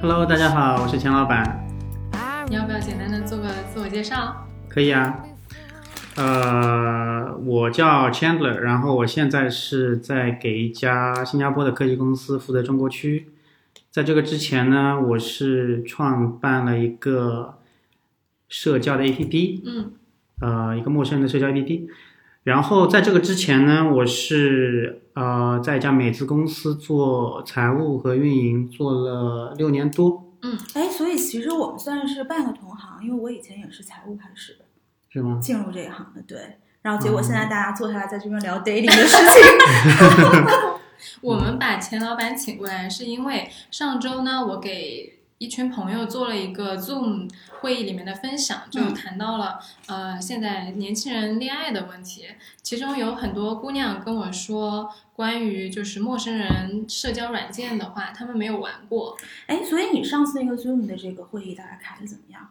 Hello，大家好，我是钱老板。你要不要简单的做个自我介绍？可以啊，呃，我叫 Chandler，然后我现在是在给一家新加坡的科技公司负责中国区。在这个之前呢，我是创办了一个社交的 APP，嗯呃，一个陌生人的社交 APP。然后在这个之前呢，我是呃在一家美资公司做财务和运营，做了六年多，哎，所以其实我们算是半个同行，因为我以前也是财务开始是吗？进入这一行的，对。然后结果现在大家坐下来在这边聊 dating 的事情，我们把钱老板请过来，是因为上周呢，我给一群朋友做了一个 Zoom 会议里面的分享，就嗯谈到了、呃现在年轻人恋爱的问题，其中有很多姑娘跟我说，关于就是陌生人社交软件的话，她们没有玩过，哎，所以你上次那个 Zoom 的这个会议大概开的怎么样？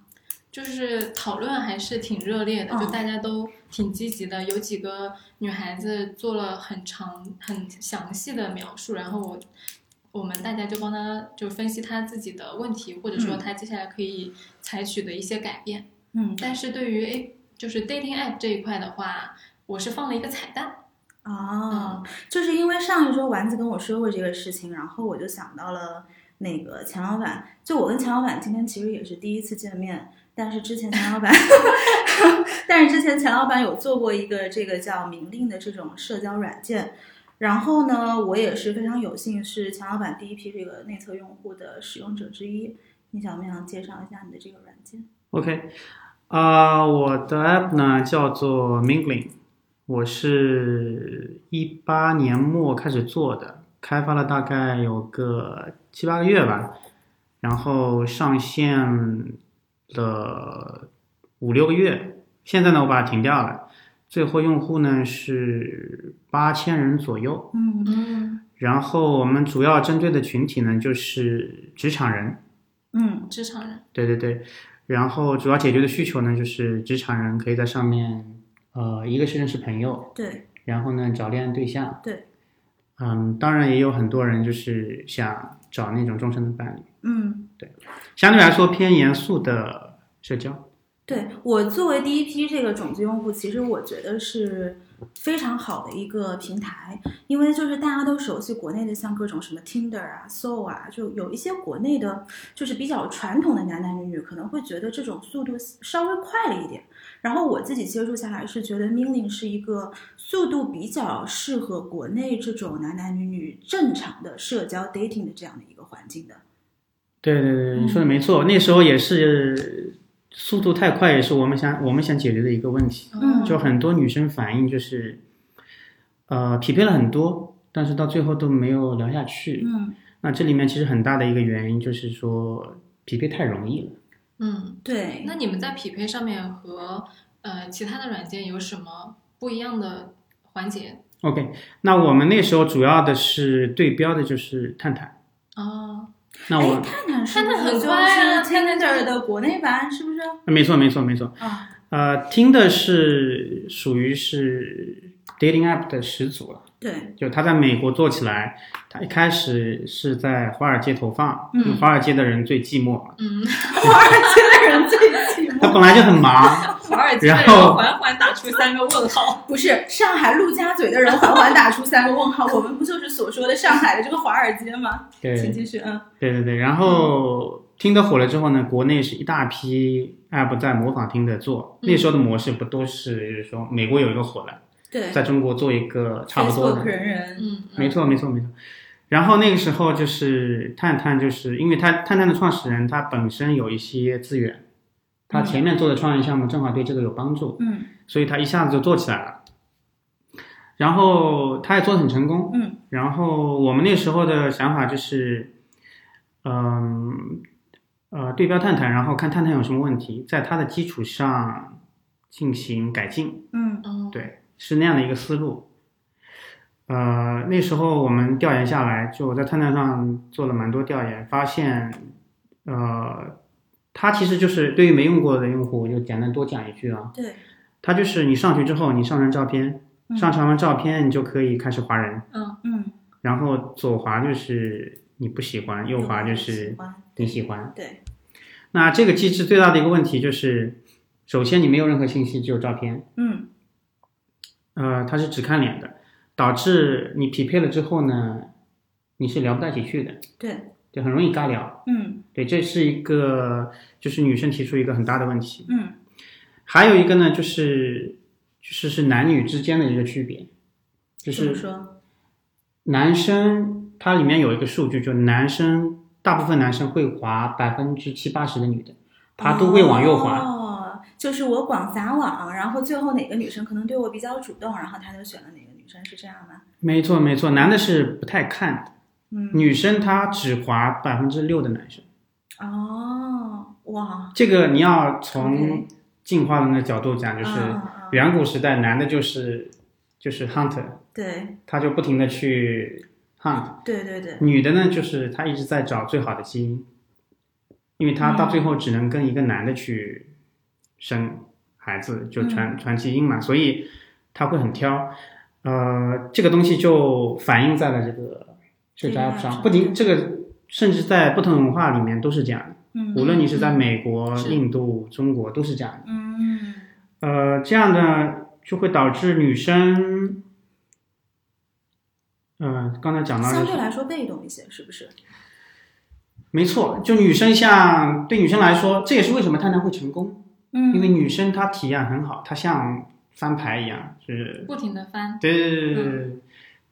就是讨论还是挺热烈的，嗯就大家都挺积极的。有几个女孩子做了很长、很详细的描述，然后我我们大家就帮她就分析她自己的问题，或者说嗯她接下来可以采取的一些改变。嗯但是对于诶就是 dating app 这一块的话，我是放了一个彩蛋。哦，就是因为上一周丸子跟我说过这个事情，然后我就想到了那个钱老板。就我跟钱老板今天其实也是第一次见面，但是之前钱老板， 但是之前钱老板有做过一个这个叫明令的这种社交软件。然后呢，我也是非常有幸是钱老板第一批这个内测用户的使用者之一。你想不想介绍一下你的这个软件？ OK，啊、我的 app 呢叫做 Mingling，我是一八年末开始做的，开发了大概有个七八个月吧，然后上线了五六个月，现在呢我把它停掉了，最后用户呢是八千人左右，嗯嗯，然后我们主要针对的群体呢就是职场人，嗯职场人，对对对，然后主要解决的需求呢，就是职场人可以在上面，呃，一个是认识朋友，对，然后呢找恋爱对象，对，嗯，当然也有很多人就是想找那种终身的伴侣，嗯。相对来说偏严肃的社交。对我作为第一批这个种子用户，其实我觉得是非常好的一个平台，因为就是大家都熟悉国内的像各种什么 Tinder 啊、Soul 啊，就有一些国内的，就是比较传统的男男女女可能会觉得这种速度稍微快了一点。然后我自己接触下来是觉得 Mingling 是一个速度比较适合国内这种男男女女正常的社交 dating 的这样的一个环境的。对对对，嗯说的没错，那时候也是速度太快，也是我们想我们想解决的一个问题，嗯就很多女生反映就是，呃，匹配了很多，但是到最后都没有聊下去，嗯，那这里面其实很大的一个原因就是说匹配太容易了。嗯，对。那你们在匹配上面和呃其他的软件有什么不一样的环节？ OK，那我们那时候主要的是对标的就是探探。哦，那哎，我探探是探不探是很就乖啊是探探就 Tinder 是的国内版，是不是？呃没错没错没错，啊，呃，听的是属于是 dating app 的始祖了，对， 就它在美国做起来，它一开始是在华尔街投放，嗯因为华尔街的人最寂寞，嗯，华尔街的人最寂他寞。本来就很忙，华尔街的然人后缓缓打出三个问号。 不是上海陆家嘴的人缓缓打出三个问 号，我们不就是所说的上海的这个华尔街吗？对请对继续，嗯对对，然后。听的火了之后呢，国内是一大批 app 在模仿听的做，那时候的模式不都是就是说美国有一个火了，对在中国做一个差不多，Facebook 的，人人，嗯，没错没错没错。然后那个时候就是探探，就是因为他探探的创始人他本身有一些资源，他前面做的创业项目正好对这个有帮助，嗯所以他一下子就做起来了。然后他也做的很成功。嗯然后我们那时候的想法就是，嗯呃，对标探探，然后看探探有什么问题，在它的基础上进行改进。嗯嗯，对，是那样的一个思路。呃，那时候我们调研下来，就我在探探上做了蛮多调研，发现，呃，它其实就是对于没用过的用户，我就简单多讲一句啊，对，它就是你上去之后，你上传照片，嗯上传完照片你就可以开始划人，嗯嗯然后左滑就是你不喜欢，右滑就喜是欢你喜欢。对那这个机制最大的一个问题就是，首先你没有任何信息，只有照片，嗯呃，它是只看脸的，导致你匹配了之后呢，你是聊不到一起去的，对就很容易尬聊。嗯对，这是一个就是女生提出一个很大的问题。嗯还有一个呢，就是就是是男女之间的一个区别，就怎么是说男生它里面有一个数据，就男生大部分男生会滑百分之七八十的女的，他都会往右滑。哦，就是我广撒网，然后最后哪个女生可能对我比较主动，然后他就选了哪个女生，是这样吗？没错没错，男的是不太看的，嗯女生她只滑百分之六的男生。哦哇，这个你要 OK 从进化论的角度讲，就是嗯嗯嗯远古时代男的就是就是 hunter，对他就不停的去 hunt，对对对，女的呢就是她一直在找最好的基因，因为她到最后只能跟一个男的去生孩子，就嗯传传基因嘛，所以她会很挑。呃，这个东西就反映在了这个社交这 app 个 app 上上，不仅这个，甚至在不同文化里面都是这样的。嗯无论你是在美国、是印度、中国，都是这样的。嗯呃，这样呢就会导致女生，嗯、刚才讲到、就是，相对来说被动一些，是不是？没错，就女生像对女生来说，这也是为什么探探会成功，嗯，因为女生她体验很好，她像翻牌一样，就是不停的翻，对对对对对嗯对，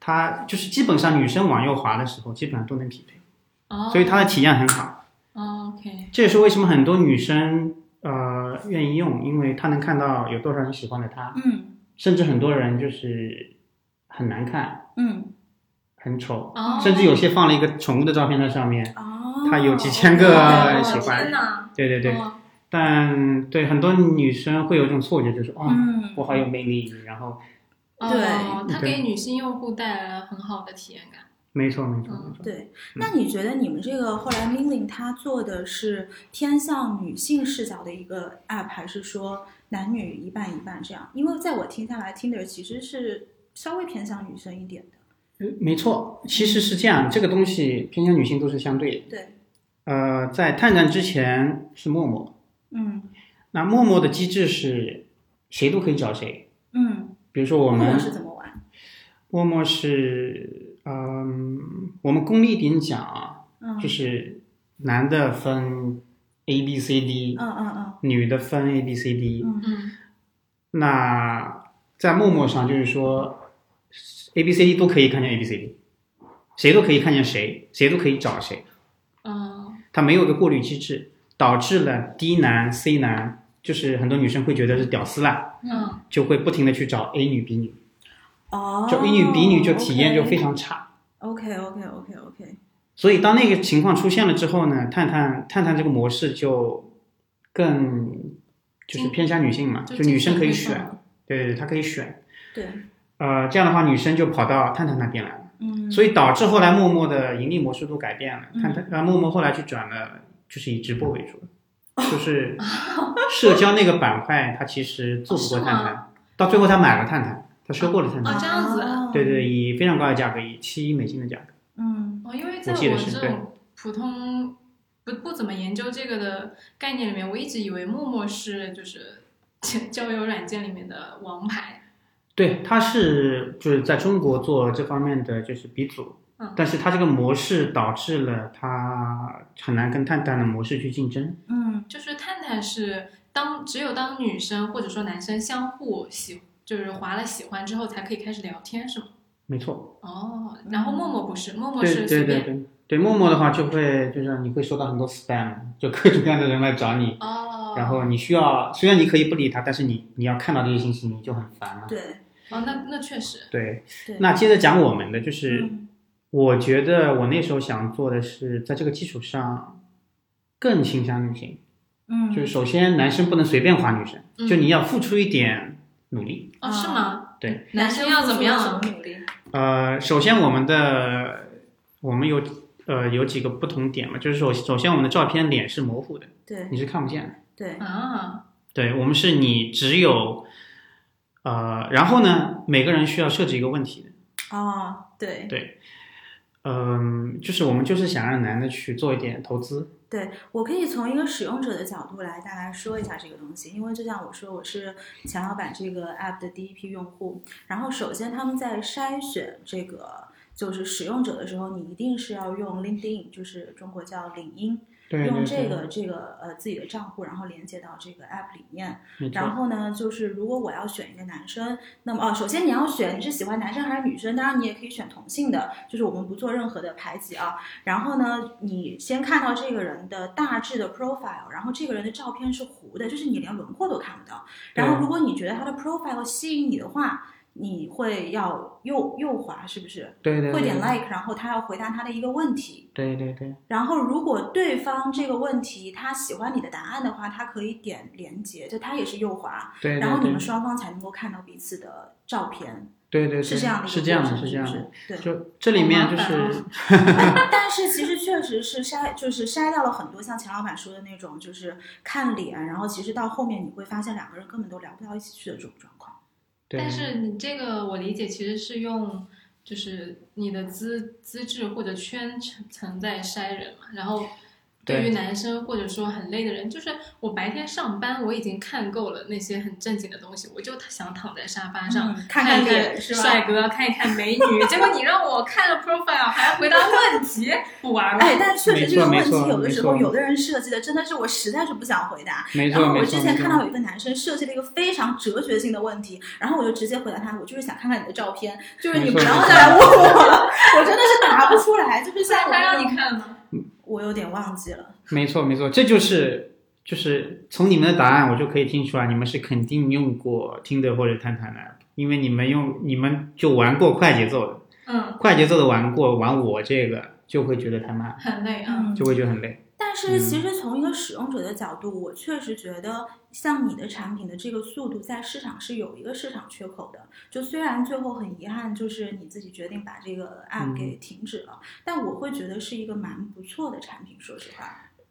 她就是基本上女生往右滑的时候，基本上都能匹配，哦，所以她的体验很好。哦，OK，这也是为什么很多女生呃愿意用，因为她能看到有多少人喜欢了她，嗯甚至很多人就是很难看、嗯很丑，哦，甚至有些放了一个宠物的照片在上面。哦，他有几千个哦喜欢天哪，对对对，哦但对很多女生会有一种错觉，就是哦，嗯，我好有魅力，然后哦对它给女性用户带来了很好的体验感。嗯没错没错没错，对，那你觉得你们这个后来 Mingling 它做的是偏向女性视角的一个 app，还是说男女一半一半这样？因为在我听下来，Tinder 其实是稍微偏向女生一点的。呃没错，其实是这样，这个东西偏向女性都是相对的。对，呃，在探探之前是陌陌，嗯那陌陌的机制是谁都可以找谁，嗯，比如说我陌们陌是怎么玩？陌陌是，嗯，我们功利一点讲啊，嗯，就是男的分 A B C D，、嗯嗯嗯女的分 A B C D、嗯嗯，那在陌陌上就是说，A B C D 都可以看见 A B C D，谁都可以看见谁，谁都可以找谁，嗯，它没有一个过滤机制，导致了 D 男 C 男，就是很多女生会觉得是屌丝啦，嗯，就会不停的去找 A 女 B 女，哦，就 A 女 B 女就体验就非常差。 OK OK OK OK，所以当那个情况出现了之后呢，探探探探这个模式就更就是偏向女性嘛，就就女生可以精神选，对对对，她可以选。对，呃，这样的话，女生就跑到探探那边来了，嗯，所以以导致后来陌陌的盈利模式都改变了。嗯探探呃，陌陌后来去转了，就是以直播 为主，就是社交那个板块，它其实做不过哦是探吗探，到最后他买了探探，他收购了探哦探，这样子对对，，以非常高的价格，以七亿美金的价格。嗯哦，因为在我记得我是这种普通不不怎么研究这个的概念里面，我一直以为陌陌是就是 交友软件里面的王牌。对，它是就是在中国做这方面的就是鼻祖，嗯但是它这个模式导致了它很难跟探探的模式去竞争。嗯就是探探是当只有当女生或者说男生相互喜就是划了喜欢之后才可以开始聊天是吗？没错，哦，然后陌陌不是，陌陌对是对随对便对对，陌陌的话就会就是你会收到很多 spam，就各种各样的人来找你，哦，然后你需要虽然你可以不理他，但是你你要看到这些信息你就很烦了。对哦，那那确实，对，对，那接着讲我们的，就是、嗯我觉得我那时候想做的是在这个基础上更倾向女性。嗯就是首先，男生不能随便划女生，嗯就你要付出一点努力。哦是吗？对，男生要怎么样付啊出了什么努力？呃，首先我们的我们有呃有几个不同点嘛，就是首首先我们的照片脸是模糊的，对你是看不见的。对，啊，对我们是你只有呃，然后呢，每个人需要设置一个问题的。哦对，对，嗯，就是我们就是想让男的去做一点投资，对我可以从一个使用者的角度来大概说一下这个东西，因为就像我说，我是钱老板这个 app 的第一批用户。然后首先他们在筛选这个就是使用者的时候，你一定是要用 LinkedIn，就是中国叫领英，对用对这对，个这个呃自己的账户，然后连接到这个 app 里面。没然错，后呢，就是如果我要选一个男生，那么哦，首先你要选你是喜欢男生还是女生，当然你也可以选同性的，就是我们不做任何的排挤啊。然后呢，你先看到这个人的大致的 profile，然后这个人的照片是糊的，就是你连轮廓都看不到。然后对如果你觉得他的 profile 吸引你的话，你会要右右滑，是不是？对对会对点 like，然后他要回答他的一个问题。对对对，然后，如果对方这个问题他喜欢你的答案的话，他可以点连接，就他也是右滑，对对然后你对们双方才能够看到彼此的照片，对对对，是这样的一个是这样过的，程是这样是的，不是对。就这里面就好麻是啊烦但是其实确实是筛，就是筛掉了很多像钱老板说的那种，就是看脸，然后其实到后面你会发现两个人根本都聊不到一起去的这种状况。对，但是你这个我理解其实是用就是你的资资质或者圈层层在筛人嘛，然后。对于对男生或者说很累的人，就是我白天上班我已经看够了那些很正经的东西，我就想躺在沙发上、嗯看看看一脸是吧帅哥，看一看美女。结果你让我看了 profile 还要回答问题，不玩了。哎，但确实没这个错问没题错有的没时候，错有的人设计的真的是我实在是不想回答，没然错后我没之错前没看到错，有一个男生设计了一个非常哲学性的问题，然后我就直接回答他，我就是想看看你的照片，就是你没不错要没错再来问我了，我真的是答不出 来，就是像我他那让种你看吗？我有点忘记了，没错没错，这就是就是从你们的答案我就可以听出来，你们是肯定用过 Tinder 或者探探的 app，因为你们用你们就玩过快节奏的，嗯，快节奏的玩过，玩我这个就会觉得太慢，很累啊。嗯就嗯会觉得很累。但是其实从一个使用者的角度，我确实觉得像你的产品的这个速度在市场是有一个市场缺口的。就虽然最后很遗憾，就是你自己决定把这个 app 嗯给停止了，但我会觉得是一个蛮不错的产品，说实话。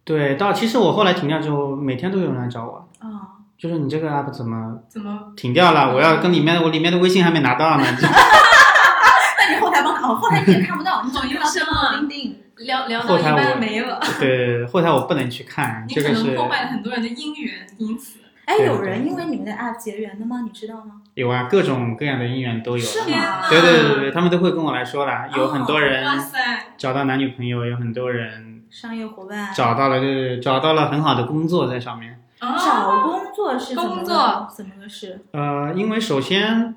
对，到其实我后来停掉之后，每天都有人来找我，哦啊、就是你这个 app 怎么怎么？停掉了？我要跟里面我里面的微信还没拿到呢。 那你后台帮他哦，后台你也看不到，你只能看到对方的好 l i 聊聊到后一台我半没了，对，后台我不能去看，你这可个能是破坏了很多人的姻缘，因此。 哎，对有对人对因为你们的 app 结缘的吗？你知道吗？有啊，各种各样的姻缘都有。是天吗？哪对对对对，他们都会跟我来说啦，有很多人哦哇塞，找到男女朋友，有很多人商业伙伴找到了，对对对，找到了很好的工作在上面。啊找工作是怎么工个作怎么个事？呃，因为首先，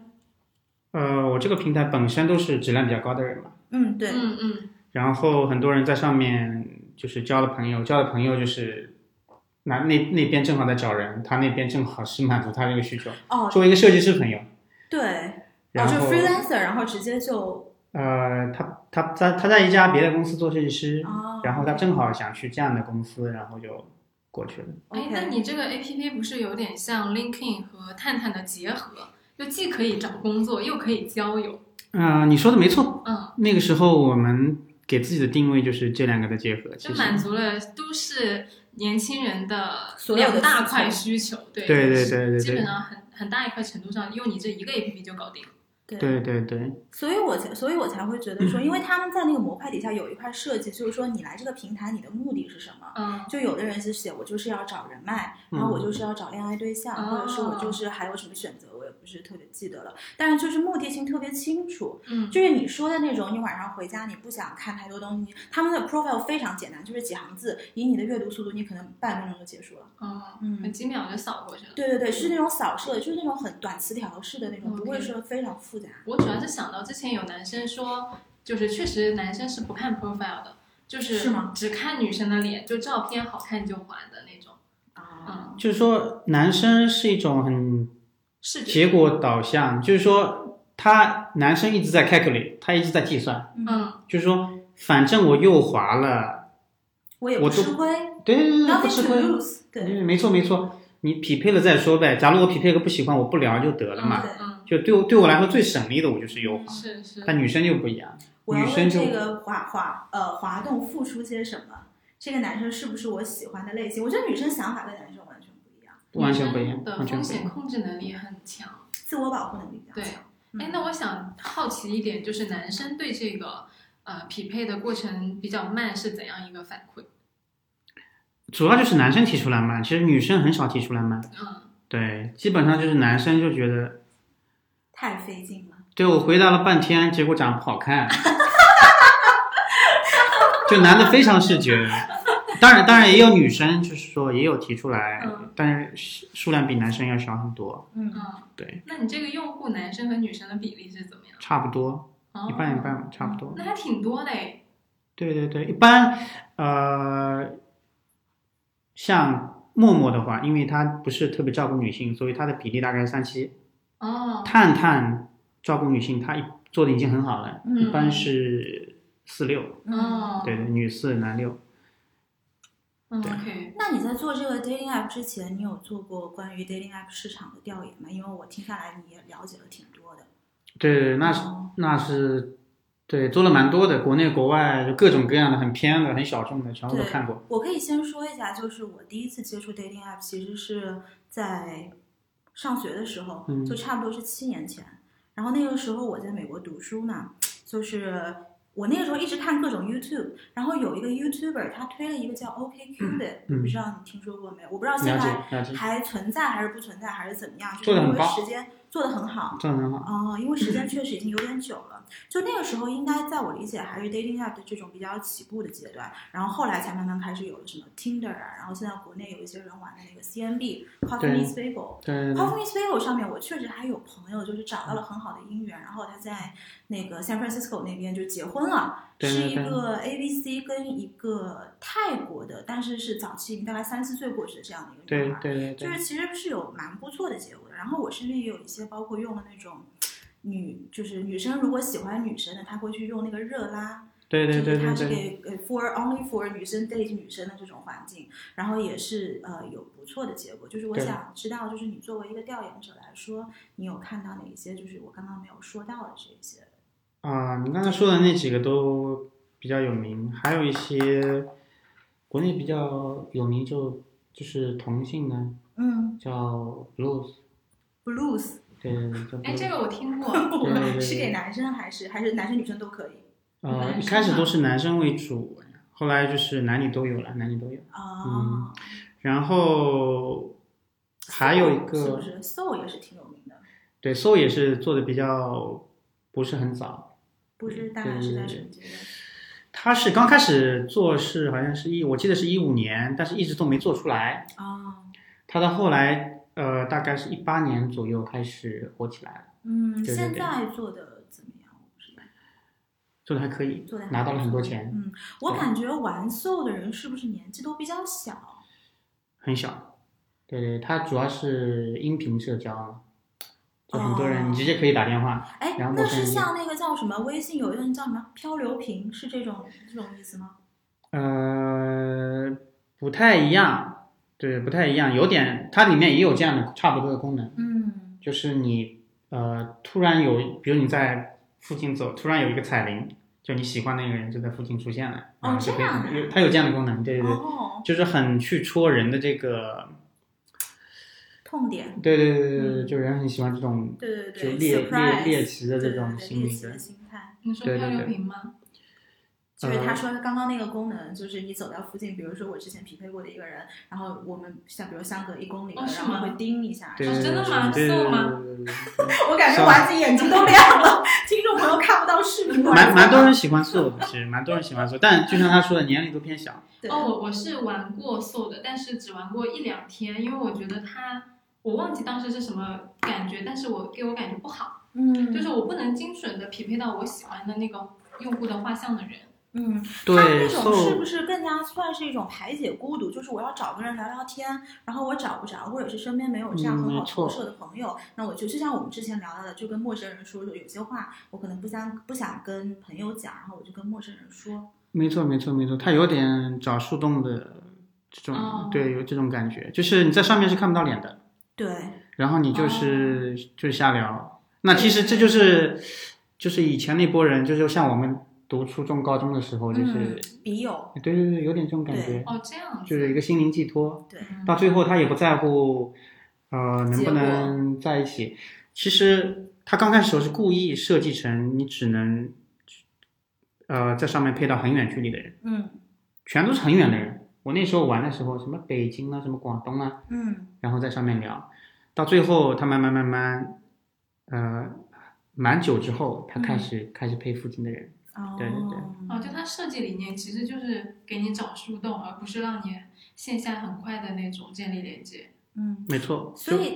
呃，我这个平台本身都是质量比较高的人嘛，嗯，对，嗯嗯，然后很多人在上面就是交了朋友，交了朋友就是。那那那边正好在找人，他那边正好是满足他这个需求。哦，作为一个设计师朋友，对，哦，然就后 freelancer，然后直接就呃，他他在他在一家别的公司做设计师，哦，然后他正好想去这样的公司，然后就过去了。哎 OK，那你这个 A P P 不是有点像 LinkedIn 和探探的结合？就既可以找工作，又可以交友。嗯、你说的没错。嗯，那个时候我们给自己的定位就是这两个的结合，其就实满足了都市年轻人的所有两的大块需需求。对对对对对对对基本上很很大一块程度上，用你这一个 A P P 就搞定了。对，对对对所以我才所以我才会觉得嗯说，因为他们在那个模块底下有一块设计，就是说你来这个平台，你的目的是什么？嗯，就有的人是写我就是要找人脉，然嗯后我就是要找恋爱对象，哦或者是我就是还有什么选择，我也不是特别记得了。但是就是目的性特别清楚，嗯就是你说的那种，你晚上回家你不想看太多东西，他们的 profile 非常简单，就是几行字，以你的阅读速度，你可能半分钟就结束了。哦，嗯很几秒就扫过去了。对对对，是那种扫射，就是那种很短词条式的那种， OK 不会说非常复杂。我主要是想到之前有男生说，就是确实男生是不看 profile 的，就是是吗只看女生的脸，就照片好看就还的那种。哦啊就是说男生是一种很是结果导向，就是说他男生一直在 calculate，他一直在计算，嗯，就是说反正我右滑了，我也我不都吃亏对对对对，不吃，nothing to 亏。 lose。对，嗯，没错没错，你匹配了再说呗。假如我匹配个不喜欢，我不聊就得了嘛。嗯，就对我对我来说最省力的，我就是优嗯化。是是，但女生就不一样，我要女为生这就个滑滑呃滑动付出些什么？这个男生是不是我喜欢的类型？我觉得女生想法跟男生完全不一样，完全不一女样，生完的全风不一险样。控制能力很强。自我保护能力比较强。哎嗯，那我想好奇一点，就是男生对这个呃匹配的过程比较慢是怎样一个反馈？主要就是男生提出来卖，其实女生很少提出来卖。嗯对，基本上就是男生就觉得，太费劲了。对我回答了半天，结果长得不 好看，就男的非常视觉。当然，当然也有女生，就是说也有提出来，嗯但是数量比男生要少很多。嗯，嗯，对，那你这个用户男生和女生的比例是怎么样？差不多，哦一半一半，差不多。那还挺多的诶。对对对，一般呃，像陌陌的话，因为它不是特别照顾女性，所以它的比例大概是三七。哦，探探照顾女性，它一做的已经很好了，嗯一般是四六，哦，对对，女四男六。嗯，OK，那你在做这个 dating app 之前，你有做过关于 dating app 市场的调研吗？因为我听下来你也了解了挺多的。对对，对那是哦那是对做了蛮多的，国内国外就各种各样的，很偏的、很小众的，全部都对，看过。我可以先说一下，就是我第一次接触 dating app，其实是在上学的时候，嗯就差不多是七年前。然后那个时候我在美国读书呢，就是我那个时候一直看各种 YouTube，然后有一个 YouTuber 他推了一个叫 OKCupid，、我嗯不知道你听说过没有？我不知道现了解在了解，还存在还是不存在，还是怎么样？就做是得因很为棒时间做的很好，做的很好。哦，因为时间确实已经有点久了，就那个时候应该在我理解还是 dating app 的这种比较起步的阶段，然后后来才慢慢开始有了什么 Tinder 啊，然后现在国内有一些人玩的那个 CMB、Coffee 对 Meets Bagel。对对对 Coffee Meets Bagel 上面我确实还有朋友就是找到了很好的姻缘，然后他在那个 San Francisco 那边就结婚了，对是对一对个 ABC 跟一个泰国的，但是是早期大概三四岁过去的这样的一个女对孩。对对就对是其实是有蛮不错的结果的。然后我身边也有一些，包括用了那种女，就是女生如果喜欢女生的，她会去用那个热拉，对对对就是它是对对。给呃 for only for 女生 date 女生的这种环境，然后也是呃有不错的结果。就是我对想知道，就是你作为一个调研者来说，你有看到哪一些就是我刚刚没有说到的这一些？啊、你刚才说的那几个都比较有名，还有一些国内比较有名就就是同性的嗯叫 blues， ，blues 对对对，叫嗯 blues。哎，这个我听过，对对对是给男生还是还是男生女生都可以？呃，男一生开始嘛都是男生为主，后来就是男女都有了，男女都有。啊、然后嗯还有一 Soul 是不个是 soul 也是挺有名的？对 soul 也是做的比较不是很早，不知大概是在什么阶段？他是刚开始做是好像是一，我记得是一五年，但是一直都没做出来。啊，他到后来呃，大概是一八年左右开始火起来了，嗯，对对现对在做的怎么样？我不知道。做的还可以做得还，拿到不了很错多钱，嗯，我对感觉玩 soul 的人是不是年纪都比较小？很小。对对，他主要是音频社交嘛，就很多人哦你直接可以打电话。哎，然后那陌生是人像那个叫什么微信有一个人叫什么漂流瓶，是这种这种意思吗？呃，不太一样，对，不太一样，有点，它里面也有这样的差不多的功能，嗯，就是你呃，突然有，比如你在附近走，突然有一个彩铃，就你喜欢那个人就在附近出现了，哦啊，就可这样的以，有它有这样的功能，对对对，哦，就是很去戳人的这个，痛点，对对对对对，嗯就人很喜欢这种对对就对猎猎猎，surprise，奇的这种对对对心猎理奇的的，心态。你说对漂对流对瓶吗？就是他呃说刚刚那个功能，就是你走到附近，比如说我之前匹配过的一个人，然后我们像比如相隔一公里了，哦是然后吗会叮一下，对哦对真的对吗对对送对吗对对对对我感觉丸子眼睛都亮了，听众朋友看不到视频。蛮蛮多人喜欢做的，其实蛮多人喜欢做，但就像他说的，年龄都偏小。对哦，我我是玩过 Soul 的，但是只玩过一两天，因为我觉得它，我忘记当时是什么感觉，但是我给我感觉不好，嗯就是我不能精准的匹配到我喜欢的那个用户的画像的人。嗯，他对那种是不，so 是更加算是一种排解孤独？就是我要找个人聊聊天，然后我找不着，或者是身边没有这样嗯很好没错投射的朋友，那我就就像我们之前聊到的，就跟陌生人说说，有些话我可能不想不想跟朋友讲，然后我就跟陌生人说。没错没错没错，他有点找树洞的这种，哦对，有这种感觉，就是你在上面是看不到脸的，对，然后你就是、哦就是瞎聊。那其实这就是就是以前那波人，就是像我们读初中、高中的时候，就是、笔友，对对对，有点这种感觉，哦，这样就子。是一个心灵寄托。对，嗯到最后他也不在乎，呃，能结不果能在一起。其实他刚开始时候是故意设计成你只能，呃在上面配到很远距离的人，嗯全都是很远的人。我那时候玩的时候，什么北京啊，什么广东啊，嗯然后在上面聊，到最后他慢慢慢慢，呃，蛮久之后，他嗯开始、开始配附近的人。哦，对对对哦，就它设计理念其实就是给你找树洞，而不是让你线下很快的那种建立连接。嗯，没错，所就以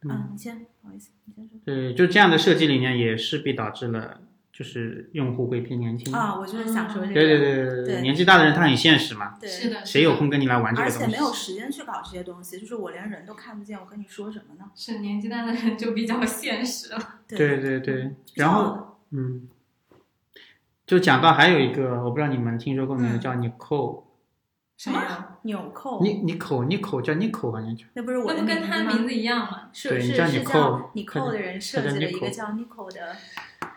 啊，嗯，你先，不好意思，你先说对，就这样的设计理念也势必导致了，就是用户会偏年轻。啊，我就是想说这个，对对对对对年纪大的人他很现实嘛，对是的，谁有空跟你来玩这个而东西？且没有时间去搞这些东西，就是我连人都看不见，我跟你说什么呢？是年纪大的人就比较 现实了。对对对，然像后嗯，就讲到还有一个，我不知道你们听说过没有，嗯叫 Nicole，谁呀？纽扣，妮妮口妮口叫妮口好像叫，那不是我那的不跟他名名字吗字一样吗？是对是叫是 Nicole，叫 Nicole 的人设计了一个叫 Nicole 的，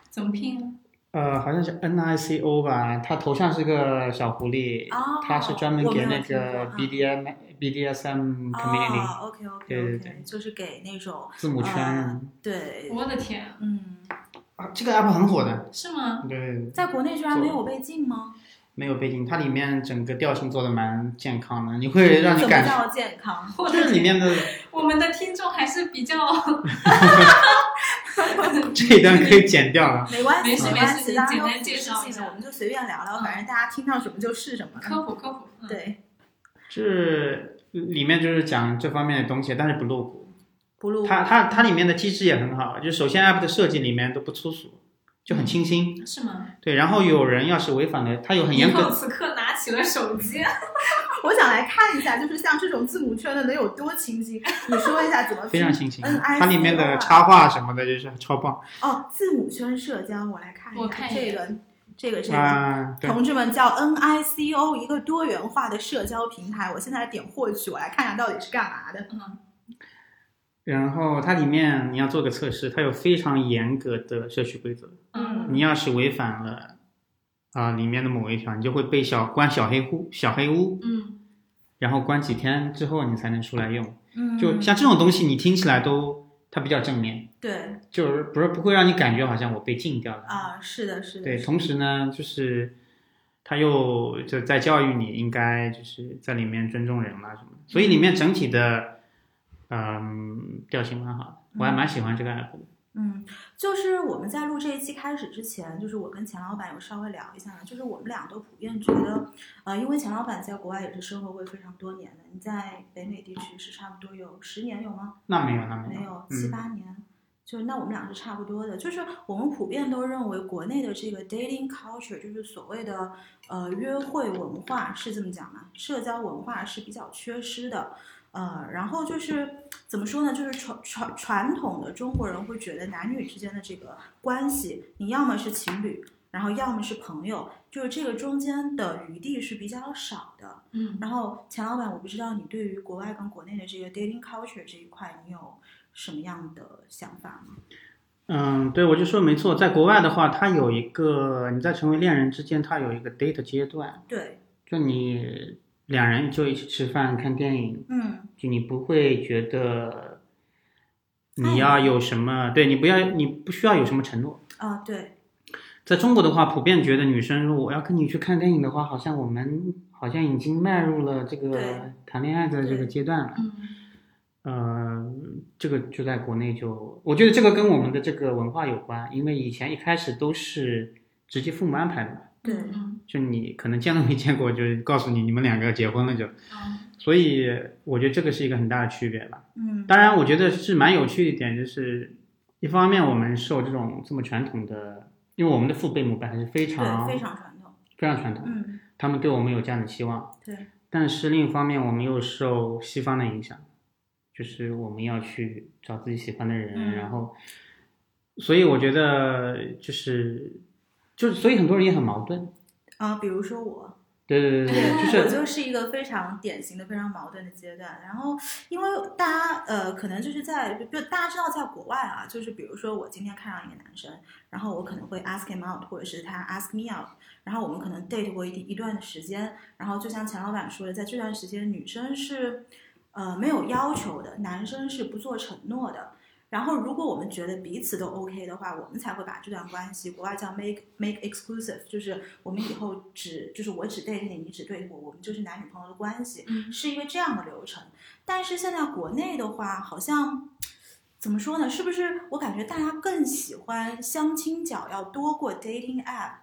怎么拼啊？呃，好像是 N I C O 吧，他头像是个小狐狸，哦他是专门我没给有那听过个啊 B D M B D S M community 哦，OK 对 OK 对 OK，对就是给那种字母圈啊对，我的天，嗯，啊，这个 app 很火的，是吗？对，在国内居然没有被禁吗？没有背景，它里面整个调性做的蛮健康的，你会让你嗯怎么感觉叫健康？我就的是里天，面的我们的听众还是比较 这一段可以剪掉啊了，没关 系，没事没关没事系，你大家简都单介绍一性下嗯的，我们就随便聊聊，反正大家听到什么就是什么 了。科普科普。嗯，对， 是里面就是讲这方面的东西，但是不露骨。不录它它它里面的机制也很好，就首先 app 的设计里面都不粗俗，就很清新。是吗？对，然后有人要是违反了，它有很以严后格。此刻拿起了手机，我想来看一下，就是像这种字母圈的能有多清晰？你说一下怎么拼 非常清新， NICO 它里面的插画什么的，就是超棒哦，字母圈社交，我来看一下，我看一这眼个这个这个。啊！对，同志们叫 NICO，一个多元化的社交平台。我现在点获取，我来看一下到底是干嘛的。然后它里面你要做个测试，它有非常严格的社区规则，嗯，你要是违反了啊、里面的某一条，你就会被小关小黑屋小黑屋，嗯，然后关几天之后你才能出来用。嗯就像这种东西，你听起来都它比较正面，对就是不是不会让你感觉好像我被禁掉了。啊，是的，是的，对，是的同时呢，就是他又就在教育你应该就是在里面尊重人啦什么的，所以里面整体的嗯调性蛮好的，我还蛮喜欢这个 app 的。嗯，就是我们在录这一期开始之前，就是我跟钱老板有稍微聊一下，就是我们俩都普遍觉得，呃，因为钱老板在国外也是生活过非常多年的，你在北美地区是差不多有十年有吗？那没有，那没没有，有，嗯七八年。就是那我们俩是差不多的，就是我们普遍都认为国内的这个 dating culture，就是所谓的呃约会文化是这么讲吗？社交文化是比较缺失的，呃，然后就是怎么说呢？就是传传传统的中国人会觉得男女之间的这个关系，你要么是情侣，然后要么是朋友，就是这个中间的余地是比较少的。嗯，然后钱老板，我不知道你对于国外跟国内的这个 dating culture 这一块，你有什么样的想法吗？嗯，对，我就说没错，在国外的话，它有一个你在成为恋人之间，它有一个 date 阶段，对，就你两人就一起吃饭、看电影，嗯，就你不会觉哎得你要有什么，对你不要，你不需要有什么承诺。啊、对，在中国的话，普遍觉得女生如果我要跟你去看电影的话，好像我们好像已经迈入了这对个谈恋爱的这个对阶段了。嗯，呃，这个就在国内就，我觉得这个跟我们的这个文化有关，因为以前一开始都是直接父母安排的嘛，对，嗯，就你可能见都没见过，就告诉你你们两个结婚了就，嗯，所以我觉得这个是一个很大的区别吧。嗯，当然，我觉得是蛮有趣一点，就是一方面我们受这种这么传统的，因为我们的父辈母辈还是非常对，非常传统，非常传统，嗯，他们对我们有这样的期望。对，但是另一方面，我们又受西方的影响，就是我们要去找自己喜欢的人，嗯然后，所以我觉得就是，就所以很多人也很矛盾。啊、比如说我，对对对对， 我对，就是就是一个非常典型的、非常矛盾的阶段。然后，因为大家呃，可能就是在就大家知道，在国外啊，就是比如说我今天看上一个男生，然后我可能会 ask him out，或者是他 ask me out，然后我们可能 date 过一一段时间。然后就像钱老板说的，在这段时间，女生是呃没有要求的，男生是不做承诺的。然后，如果我们觉得彼此都 OK 的话，我们才会把这段关系，国外叫 make make exclusive，就是我们以后只就是我只对你，你只对我，我们就是男女朋友的关系，嗯是一个这样的流程。但是现在国内的话，好像怎么说呢？是不是我感觉大家更喜欢相亲角要多过 dating app？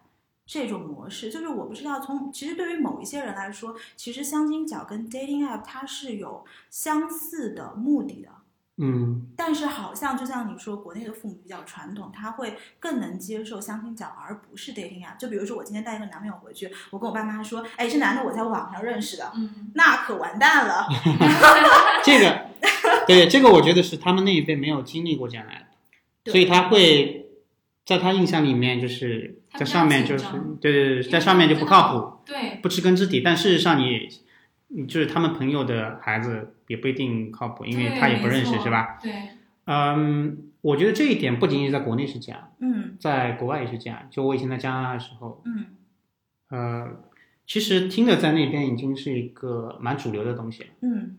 这种模式就是我不知道从，其实对于某一些人来说，其实相亲角跟 dating app 它是有相似的目的的，嗯但是好像就像你说，国内的父母比较传统，他会更能接受相亲角，而不是 dating app。就比如说我今天带一个男朋友回去，我跟我爸妈说，哎，这男的我在网上认识的，嗯，那可完蛋了。这个对这个我觉得是他们那一辈没有经历过这样的 app，对所以他会在他印象里面就是他在比较上面就是紧张对对对，在上面就不靠谱。对，不知根知底，但事实上你，你就是他们朋友的孩子也不一定靠谱，因为对他也不认没识，错是吧？对，嗯，我觉得这一点不仅仅是在国内是这样，嗯在国外也是这样。就我以前在加拿大的时候，嗯呃，其实听的在那边已经是一个蛮主流的东西了。嗯，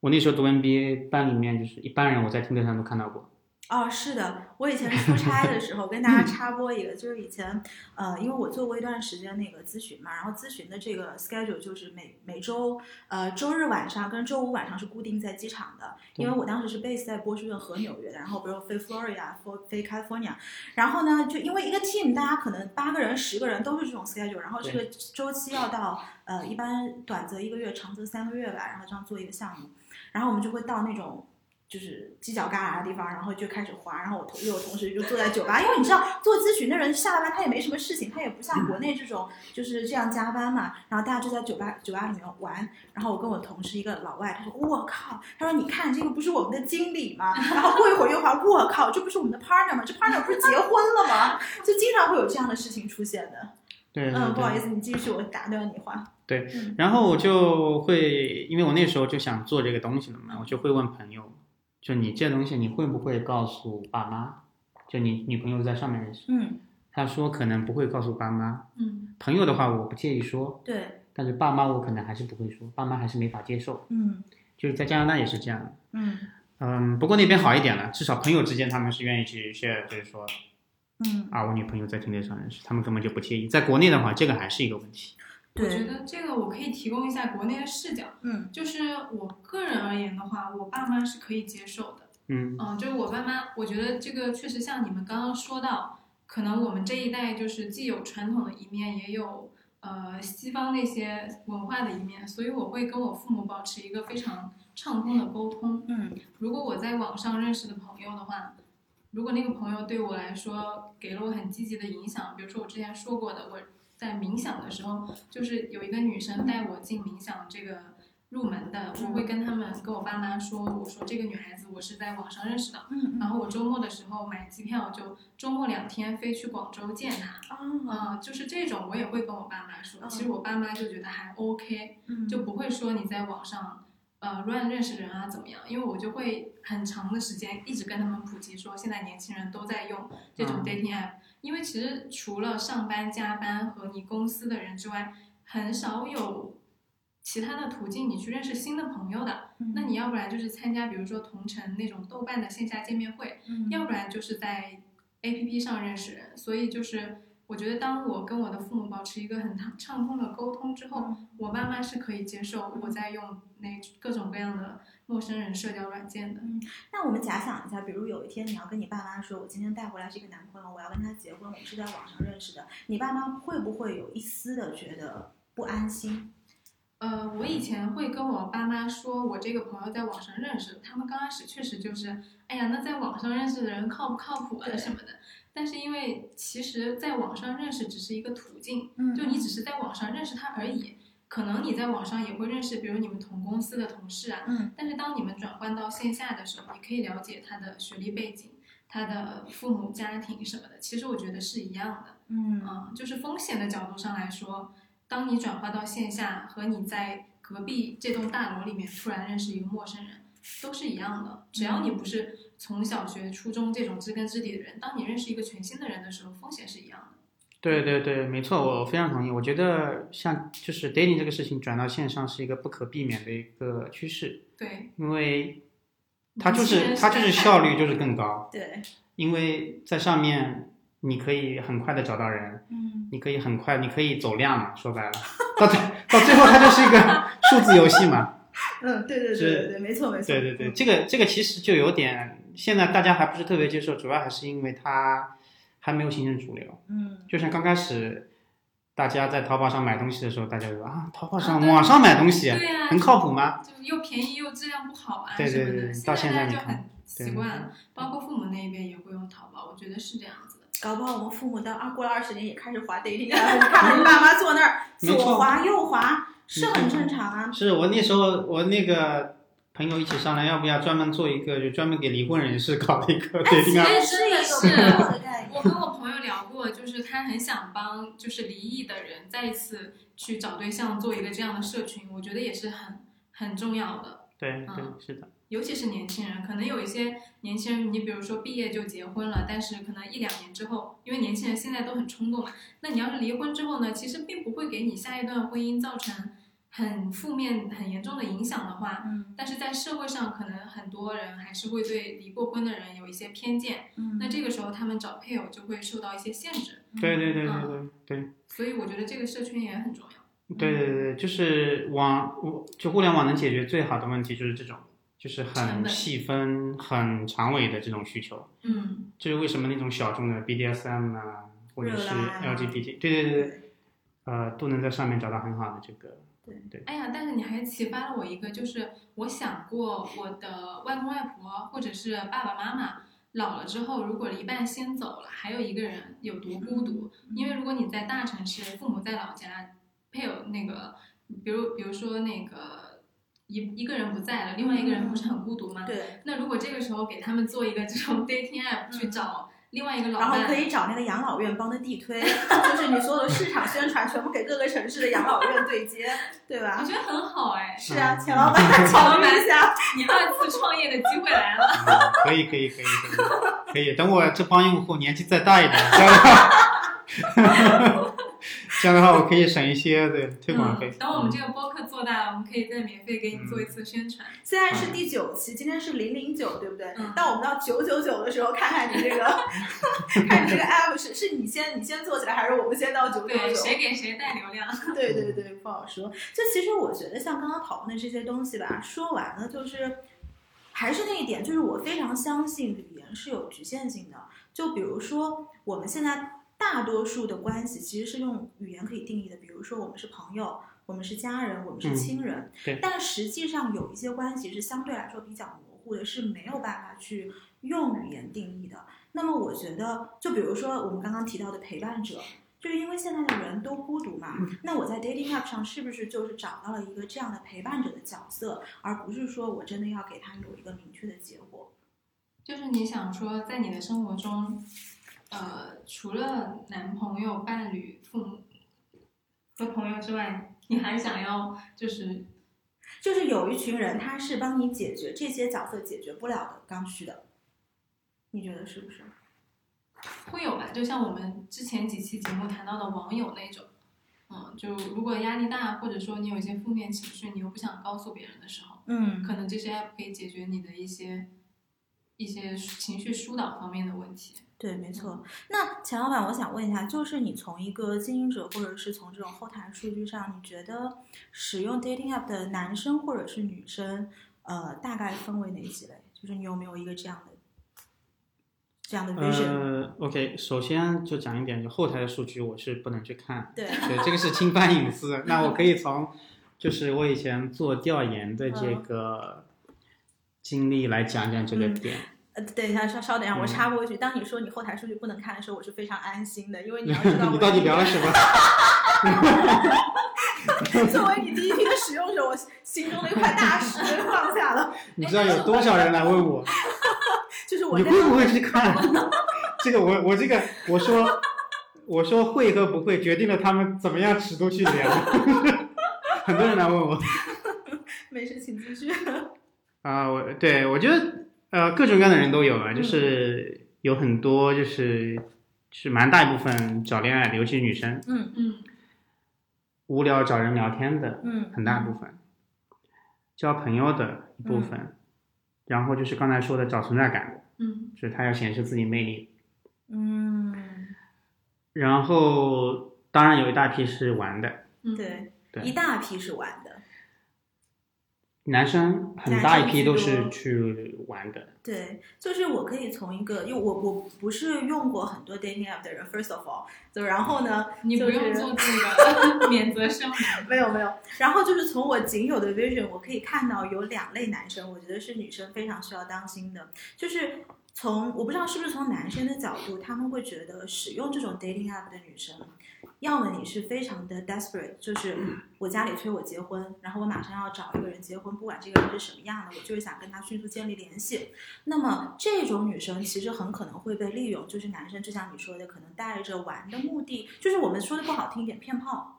我那时候读 MBA 班里面，就是一般人我在听的上都看到过。哦，是的，我以前出差的时候跟大家插播一个，就是以前呃，因为我做过一段时间那个咨询嘛，然后咨询的这个 schedule 就是每每周呃周日晚上跟周五晚上是固定在机场的，因为我当时是 base 在波士顿和纽约的，然后比如飞 Florida、飞飞 California，然后呢，就因为一个 team 大家可能八个人、十个人都是这种 schedule，然后这个周期要到呃一般短则一个月，长则三个月吧，然后这样做一个项目，然后我们就会到那种。就是犄角旮旯的地方，然后就开始滑。然后我同又有同事就坐在酒吧，因为你知道做咨询的人下了班他也没什么事情，他也不像国内这种就是这样加班嘛。然后大家就在酒吧酒吧里面玩，然后我跟我同事一个老外，他说我靠，他说你看这个不是我们的经理吗？然后过一会儿又话我靠，这不是我们的 partner 吗？这 partner 不是结婚了吗？就经常会有这样的事情出现的。对，嗯，不好意思，思。你继续，我打断你话。对嗯，然后我就会，因为我那时候就想做这个东西了嘛，我就会问朋友，就你这东西你会不会告诉爸妈？就你女朋友在上面认识？嗯，他说可能不会告诉爸妈，嗯朋友的话我不介意说，对，但是爸妈我可能还是不会说，爸妈还是没法接受。嗯就是在加拿大也是这样的，嗯嗯，不过那边好一点了，至少朋友之间他们是愿意去 share，就是说嗯，啊，我女朋友在 Tinder 上认识，他们根本就不介意。在国内的话，这个还是一个问题。我觉对，得这个我可以提供一下国内的视角，嗯就是我个人而言的话，我爸妈是可以接受的。嗯嗯，就是我爸妈，我觉得这个确实像你们刚刚说到，可能我们这一代就是既有传统的一面，也有呃西方那些文化的一面，所以我会跟我父母保持一个非常畅通的沟通。嗯如果我在网上认识的朋友的话，如果那个朋友对我来说给了我很积极的影响，比如说我之前说过的，我在冥想的时候，就是有一个女生带我进冥想这个入门的，我会跟他们跟我爸妈说，我说这个女孩子我是在网上认识的，嗯然嗯后我周末的时候买机票，就周末两天飞去广州见她。啊，啊、就是这种我也会跟我爸妈说，其实我爸妈就觉得还 OK，嗯就不会说你在网上呃乱认识人啊怎么样，因为我就会很长的时间一直跟他们普及说，现在年轻人都在用这种嗯 dating app，、因为其实除了上班加班和你公司的人之外，很少有其他的途径你去认识新的朋友的。嗯那你要不然就是参加比如说同城那种豆瓣的线下见面会，嗯要不然就是在 A P P 上认识人，所以就是我觉得，当我跟我的父母保持一个很畅畅通的沟通之后，嗯我爸妈是可以接受我在用那各种各样的陌生人社交软件的。那我们假想一下，比如有一天你要跟你爸妈说，我今天带回来这个男朋友，我要跟他结婚，我们是在网上认识的，你爸妈会不会有一丝的觉得不安心？呃，我以前会跟我爸妈说，我这个朋友在网上认识的，他们刚开始确实就是，哎呀，那在网上认识的人靠不靠谱啊对什么的。但是因为其实，在网上认识只是一个途径，嗯就你只是在网上认识他而已。可能你在网上也会认识，比如你们同公司的同事啊。嗯但是当你们转换到线下的时候，你可以了解他的学历背景、他的父母家庭什么的。其实我觉得是一样的。嗯嗯，就是风险的角度上来说，当你转化到线下和你在隔壁这栋大楼里面突然认识一个陌生人，都是一样的。只要你不是从小学、初中这种知根知底的人，当你认识一个全新的人的时候，风险是一样的。对对对，没错，我非常同意。我觉得像就是 dating 这个事情转到线上是一个不可避免的一个趋势，对，因为它就你是是它就是是效率就是更高，对，因为在上面你可以很快的找到人，嗯，你可以很快，你可以走量嘛，说白了，到最到最后它就是一个数字游戏嘛。嗯，对对对对对，没错没错，对对对，嗯这个这个其实就有点，现在大家还不是特别接受，主要还是因为它还没有形成主流。嗯，就像刚开始大家在淘宝上买东西的时候，大家就说啊，淘宝上啊对网上买东西对啊呀、很靠谱吗？就又便宜又质量不好啊对什对么对的。到现现在大家你就看很习对惯了，包括父母那一边也会用淘宝，我觉得是这样子的。 搞不好我们父母到啊过了二十年也开始滑 dating，app，你看你爸妈坐那儿没错左滑右滑是很正常啊，是我那时候我那个朋友一起商量，要不要专门做一个，就专门给离婚人士搞的一个对其应啊。实是一个不错的概念。我跟我朋友聊过，就是他很想帮就是离异的人再一次去找对象，做一个这样的社群，我觉得也是很很重要的。对对嗯是的，尤其是年轻人，可能有一些年轻人，你比如说毕业就结婚了，但是可能一两年之后，因为年轻人现在都很冲动嘛，那你要是离婚之后呢，其实并不会给你下一段婚姻造成很负面、很严重的影响的话，嗯但是在社会上，可能很多人还是会对离过婚的人有一些偏见，嗯那这个时候他们找配偶就会受到一些限制，对对对对对嗯对。所以我觉得这个社群也很重要。对对对，就是网，我就互联网能解决最好的问题就是这种，就是成很本细分、很长尾的这种需求。嗯，这是为什么那种小众的 BDSM 啊，或者是热拉呀 LGBT，对对对对，呃，都能在上面找到很好的这 个。哎呀，但是你还启发了我一个，就是我想过我的外公外婆或者是爸爸妈妈老了之后，如果一半先走了，还有一个人有多孤独？因为如果你在大城市，父母在老家，配偶那个，比如比如说那个一一个人不在了，另外一个人不是很孤独吗？对，那如果这个时候给他们做一个这种 dating app 去找另外一个老然后伴，可以找那个养老院帮他地推，就是你所有的市场宣传全部给各个城市的养老院对接，对我吧？觉得很好哎，是啊，嗯钱老板考虑一下。你二次创业的机会来了。嗯可以可以可以可以，可以。等我这帮用户年纪再大一点，这样的话， 这样的话我可以省一些对推广费。嗯等我们这个播客做大了，我们可以再免费给你做一次宣传。 现在是第九期，今天是零零九，对不对？嗯到我们到九九九的时候，看看你这个， 看你这个 app 是是你先你先做起来，还是我们先到九九对，九？谁给谁带流量？对对对，不好说。就其实我觉得，像刚刚讨论的这些东西吧，说完了就是，还是那一点，就是我非常相信语言是有局限性的。就比如说，我们现在大多数的关系其实是用语言可以定义的，比如说我们是朋友，我们是家人，我们是亲人。对但实际上有一些关系是相对来说比较模糊的，是没有办法去用语言定义的。那么我觉得，就比如说我们刚刚提到的陪伴者，就是因为现在的人都孤独嘛，那我在 dating app 上是不是就是找到了一个这样的陪伴者的角色，而不是说我真的要给他有一个明确的结果？就是你想说，在你的生活中，呃，除了男朋友、伴侣、父母和朋友之外，你还想要就是就是有一群人，他是帮你解决这些角色解决不了的刚需的，你觉得是不是？会有吧？就像我们之前几期节目谈到的网友那种，嗯，就如果压力大，或者说你有一些负面情绪，你又不想告诉别人的时候，嗯，可能这些 app 可以解决你的一些一些情绪疏导方面的问题。对，没错。那钱老板，我想问一下，就是你从一个经营者，或者是从这种后台数据上，你觉得使用 dating app 的男生或者是女生，呃，大概分为哪几类？就是你有没有一个这样的这样的 vision？、 呃，OK，首先就讲一点，就后台的数据我是不能去看的。对，对，这个是侵犯隐私。那我可以从，就是我以前做调研的嗯这个经历来讲讲这个点。呃，等一下，稍稍等一下，我嗯插播一句，当你说你后台数据不能看的时候，我是非常安心的，因为你 要知道你我到底聊 了什么？作为你第一批的使用者，我心中的一块大石 放下了，你知道有多少人来问我，就是哎我你在会不会去看？ 这个我我这个我说我说会和不会决定了他们怎么样尺度去聊。 很多人来问我没事，请继续。啊、我对我觉得呃各种各样的人都有啊，嗯就是有很多就是是蛮大一部分找恋爱的，尤其是女生。嗯嗯，无聊找人聊天的嗯，很大部分，交朋友的一部分，然后就是刚才说的找存在感，嗯就是他要显示自己魅力。嗯，然后当然有一大批是玩的，嗯，对，对一大批是玩的，男生很大一批都男是生去玩的。对，就是我可以从一个，因为我我不是用过很多 dating app 的人，first of all，就然后呢，你不就是用做这个 免责声明， 没有没有，然后就是从我仅有的 vision，我可以看到有两类男生，我觉得是女生非常需要当心的，就是从我不知道是不是从男生的角度，他们会觉得使用这种 dating app 的女生，要么你是非常的 desperate，就是我家里催我结婚，然后我马上要找一个人结婚，不管这个人是什么样的，我就是想跟他迅速建立联系。那么这种女生其实很可能会被利用，就是男生就像你说的，可能带着玩的目的，就是我们说的不好听一点，骗炮。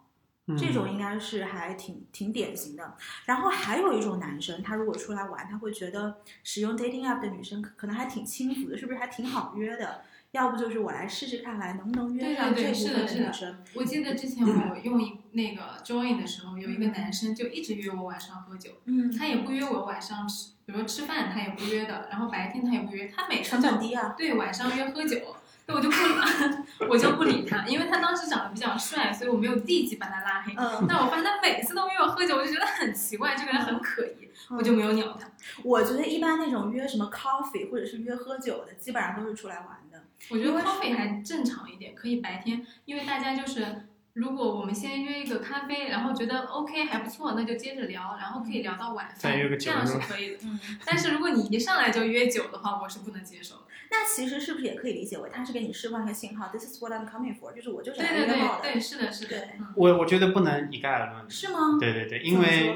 嗯这种应该是还挺挺典型的。然后还有一种男生，他如果出来玩，他会觉得使用 dating app 的女生可可能还挺轻浮的，是不是还挺好约的？要不就是我来试试看，来能不能约对上对这对部是分的是的女生？我记得之前我用一那个 Join 的时候，有一个男生就一直约我晚上喝酒，嗯，他也不约我晚上吃，比如说吃饭他也不约的，然后白天他也不约，他每成天本就低啊。对晚上约喝酒，那我就不 我就不理他，因为他当时长得比较帅，所以我没有立即把他拉黑。嗯，但我发现他每次都约我喝酒，我就觉得很奇怪，这个人很可疑， 嗯我就没有鸟他。我觉得一般那种约什么 coffee 或者是约喝酒的，基本上都是出来玩的。我觉得 coffee 还正常一点，可以白天，因为大家就是，如果我们先约一个咖啡，然后觉得 OK 还不错，那就接着聊，然后可以聊到晚再饭约个，这酒样是是吧可以的。嗯，但是如果你一上来就约酒的话，我是不能接受的。那其实是不是也可以理解为他是给你释放一个信号？This is what I'm coming for，就是我就是对来对约炮对的，对，是的，是的对，嗯，我我觉得不能一概而论。是吗？对对对，嗯怎因么为说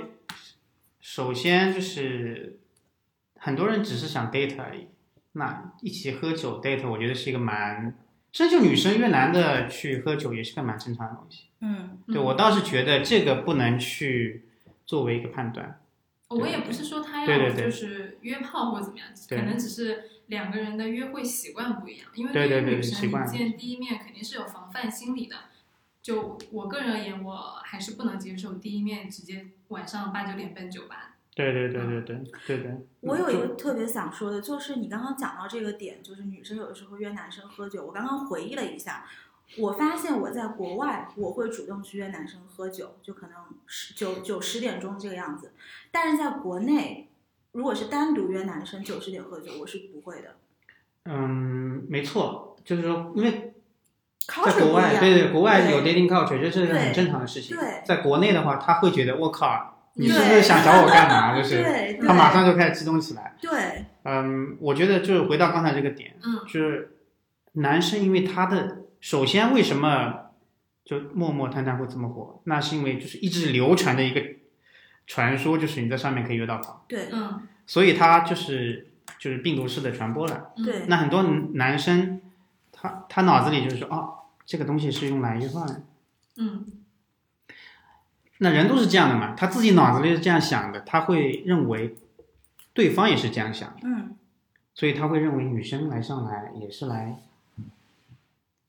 首先就是很多人只是想 date 而已，那一起喝酒 date，我觉得是一个蛮，甚至女生越南的去喝酒也是个蛮正常的东西。嗯对嗯我倒是觉得这个不能去作为一个判断，我也不是说他对对要对就是约炮或者怎么样，可对能只是两个人的约会习惯不一样。因为对对对对于女习生，惯你见第一面肯定是有防范心理的。就我个人而言，我还是不能接受第一面直接晚上八九点奔酒吧。对对对对对对对。嗯我有一嗯就个特别想说的，就是你刚刚讲到这个点，就是女生有的时候约男生喝酒。我刚刚回忆了一下，我发现我在国外我会主动去约男生喝酒，就可能十九九十点钟这个样子。但是在国内，如果是单独约男生九十点喝酒，我是不会的。嗯，没错，就是说，因为 culture 在不国一外，样对对，国外有对 dating culture，这是很对正常的事情。对在国内的话，他会觉得我靠，你是不对是想找我干嘛？就对是对他马上就开始激动起来。对嗯，我觉得就是回到刚才这个点，嗯就是男生因为他的首先为什么就默默探探会这么火，那是因为就是一直流传的一个传说，就是你在上面可以约到炮，对嗯所以他就是就是病毒式的传播了。嗯对那很多男生，他他脑子里就是说，哦，这个东西是用来约炮的。嗯那人都是这样的嘛，他自己脑子里是这样想的，他会认为对方也是这样想，嗯所以他会认为女生来上来也是来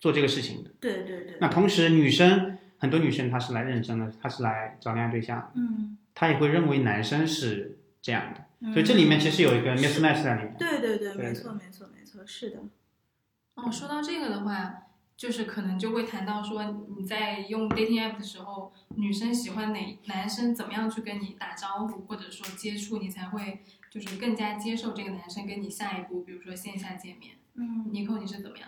做这个事情的。对对对，那同时，女生很多女生她是来认真的，她是来找恋爱对象，嗯，她也会认为男生是这样的，嗯所以这里面其实有一个是 mismatch 在里面。对对对，对没错没错没错，是的，哦，说到这个的话，就是可能就会谈到说你在用 dating app 的时候，女生喜欢哪男生怎么样去跟你打招呼，或者说接触，你才会就是更加接受这个男生跟你下一步，比如说线下见面。嗯。尼寇，你是怎么样？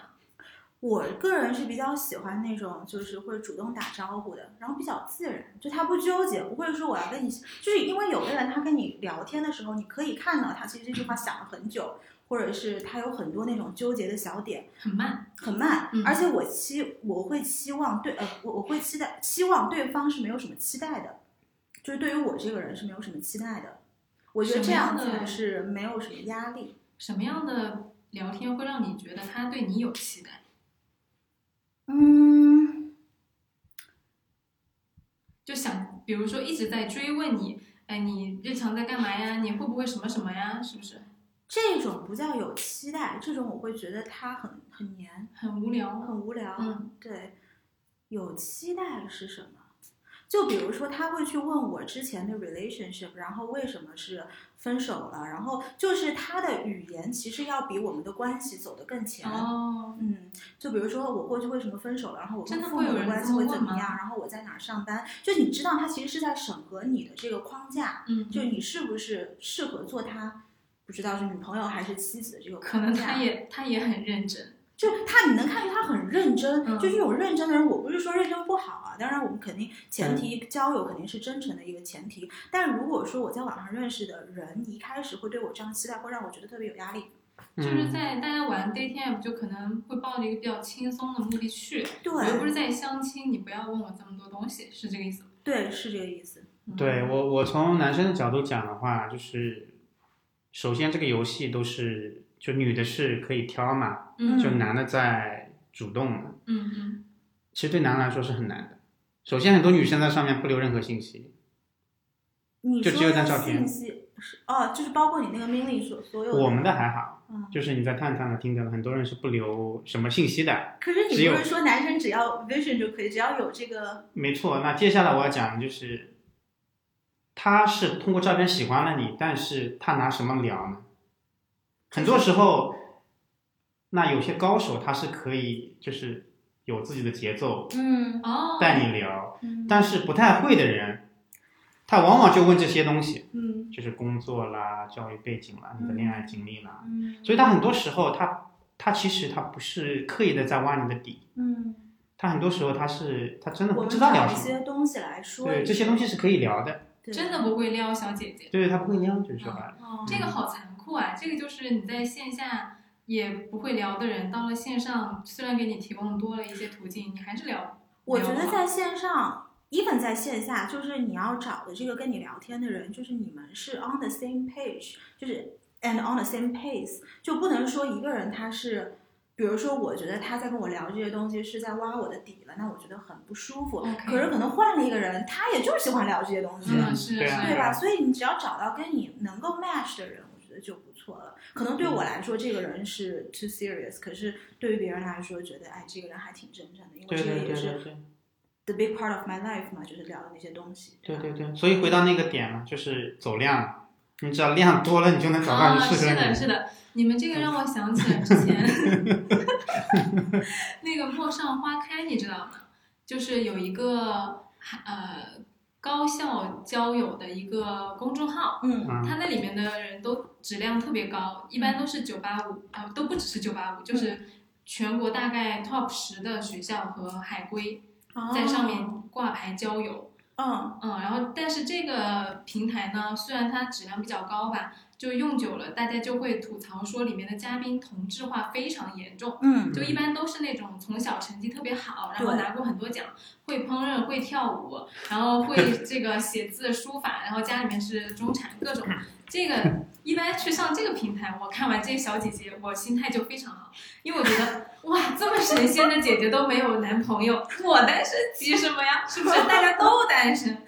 我个人是比较喜欢那种就是会主动打招呼的，然后比较自然，就他不纠结，不会说我要跟你，就是因为有的人他跟你聊天的时候，你可以看到他其实这句话想了很久，或者是他有很多那种纠结的小点，很慢，很慢，嗯而且我期我会期望对呃我我会期待期望对方是没有什么期待的，就是对于我这个人是没有什么期待的，我觉得这样什么样才的是没有什么压力。什么样的聊天会让你觉得他对你有期待？嗯，就想，比如说一直在追问你，哎，你日常在干嘛呀？你会不会什么什么呀？是不是这种不叫有期待，这种我会觉得他很很黏。很无聊？很无聊。嗯，对，有期待是什么？就比如说，他会去问我之前的 relationship，然后为什么是分手了，然后就是他的语言其实要比我们的关系走得更前。哦，嗯，就比如说我过去为什么分手了，然后我跟真的父会母有的人关这系么会问怎么吗样，然后我在哪儿上班，就你知道他其实是在审核你的这个框架，嗯，就你是不是适合做他不知道是女朋友还是妻子的这个可框架。能他也他也很认真，就他，你能看出他很认真，嗯就这种认真的人，我不是说认真不好啊，当然我们肯定前提、交友肯定是真诚的一个前提，但如果说我在网上认识的人，你一开始会对我这样期待，会让我觉得特别有压力。就是嗯在大家玩 dating app 就可能会抱着一个比较轻松的目的去，我又不对，是在相亲，你不要问我这么多东西，是这个意思吗？对，是这个意思。嗯对，我，我从男生的角度讲的话，就是首先这个游戏都是就女的是可以挑嘛，嗯就男的在主动的，嗯嗯，其实对男的来说是很难的。首先，很多女生在上面不留任何信息，你就说只有的张照片信息是哦，就是包括你那个命令所所有我们的还好，嗯，就是你在探探的、啊听的，很多人是不留什么信息的。可是只你有不是说男生只要 vision 就可以，只要有这个，没错，那接下来我要讲的就是，他是通过照片喜欢了你，但是他拿什么聊呢？很多时候，那有些高手他是可以就是有自己的节奏嗯哦，带你聊，嗯但是不太会的人，他往往就问这些东西，嗯就是工作啦、教育背景啦、你的恋爱经历啦，嗯，所以他很多时候他他其实他不是刻意的在挖你的底，嗯，他很多时候他是他真的我不们知道聊找一什么，些东西来说对一这些下东西是可以聊的。对真的不会撩小姐姐，对他不会撩，就是说啊白了，哦这个好残酷啊！这个就是你在线下也不会聊的人，到了线上，虽然给你提供多了一些途径，你还是聊。我觉聊得不在好线上，even 在线下，就是你要找的这个跟你聊天的人，就是你们是 on the same page，就是 and on the same pace，就不能说一个人他是。比如说，我觉得他在跟我聊这些东西是在挖我的底了，那我觉得很不舒服。 OK 可是可能换了一个人，他也就是喜欢聊这些东西，嗯，是对啊对是，吧？所以你只要找到跟你能够 match 的人，我觉得就不错了。可能对我嗯来说，这个人是 too serious，可是对于别人来说，觉得哎，这个人还挺真诚的，因为对这个对也对是对对 the big part of my life 嘛，就是聊的那些东西。对吧对对，所以回到那个点嘛，就是走量，你只要量多了，你就能找到啊，你适合是的的，人。是的，你们这个让我想起了之前 那个《陌上花开》，你知道吗？就是有一个呃高校交友的一个公众号，嗯嗯，它那里面的人都质量特别高，一般都是九八五啊，都不只是九八五，就是全国大概 top 十的学校和海归在上面挂牌交友。哦，嗯，然后但是这个平台呢，虽然它质量比较高吧，就用久了，大家就会吐槽说里面的嘉宾同质化非常严重。嗯嗯就一般都是那种从小成绩特别好，然后对拿过很多奖，会烹饪，会跳舞，然后会这个写字、书法，然后家里面是中产，各种这个一般去上这个平台，我看完这小姐姐，我心态就非常好，因为我觉得哇，这么神仙的姐姐都没有男朋友，我单身急什么呀？是不是大家都单身？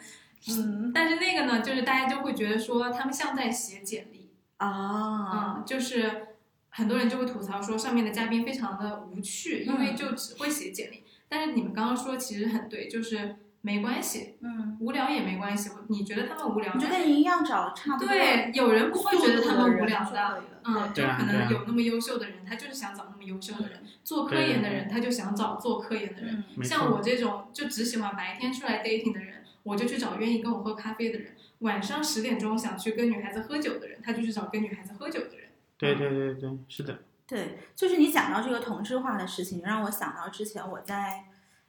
嗯但是那个呢，就是大家就会觉得说他们像在写简历，啊，嗯，就是很多人就会吐槽说上面的嘉宾非常的无趣，因为就只会写简历。但是你们刚刚说其实很对，就是没关系，嗯，无聊也没关系。你觉得他们无聊你，嗯就跟你一样找差不多对，有人不会觉得他们无聊速度的。的人就可以了嗯，就对啊可对啊能有那么优秀的人，他就是想找那么优秀的人；做科对研的人，他就想找做科研的对人。嗯没像错，我这种就只喜欢白天出来 dating 的人，我就去找愿意跟我喝咖啡的人；晚上十点钟想去跟女孩子喝酒的人，他就去找跟女孩子喝酒的人。对对对对，是的，对，就是你讲到这个同质化的事情，让我想到之前我在，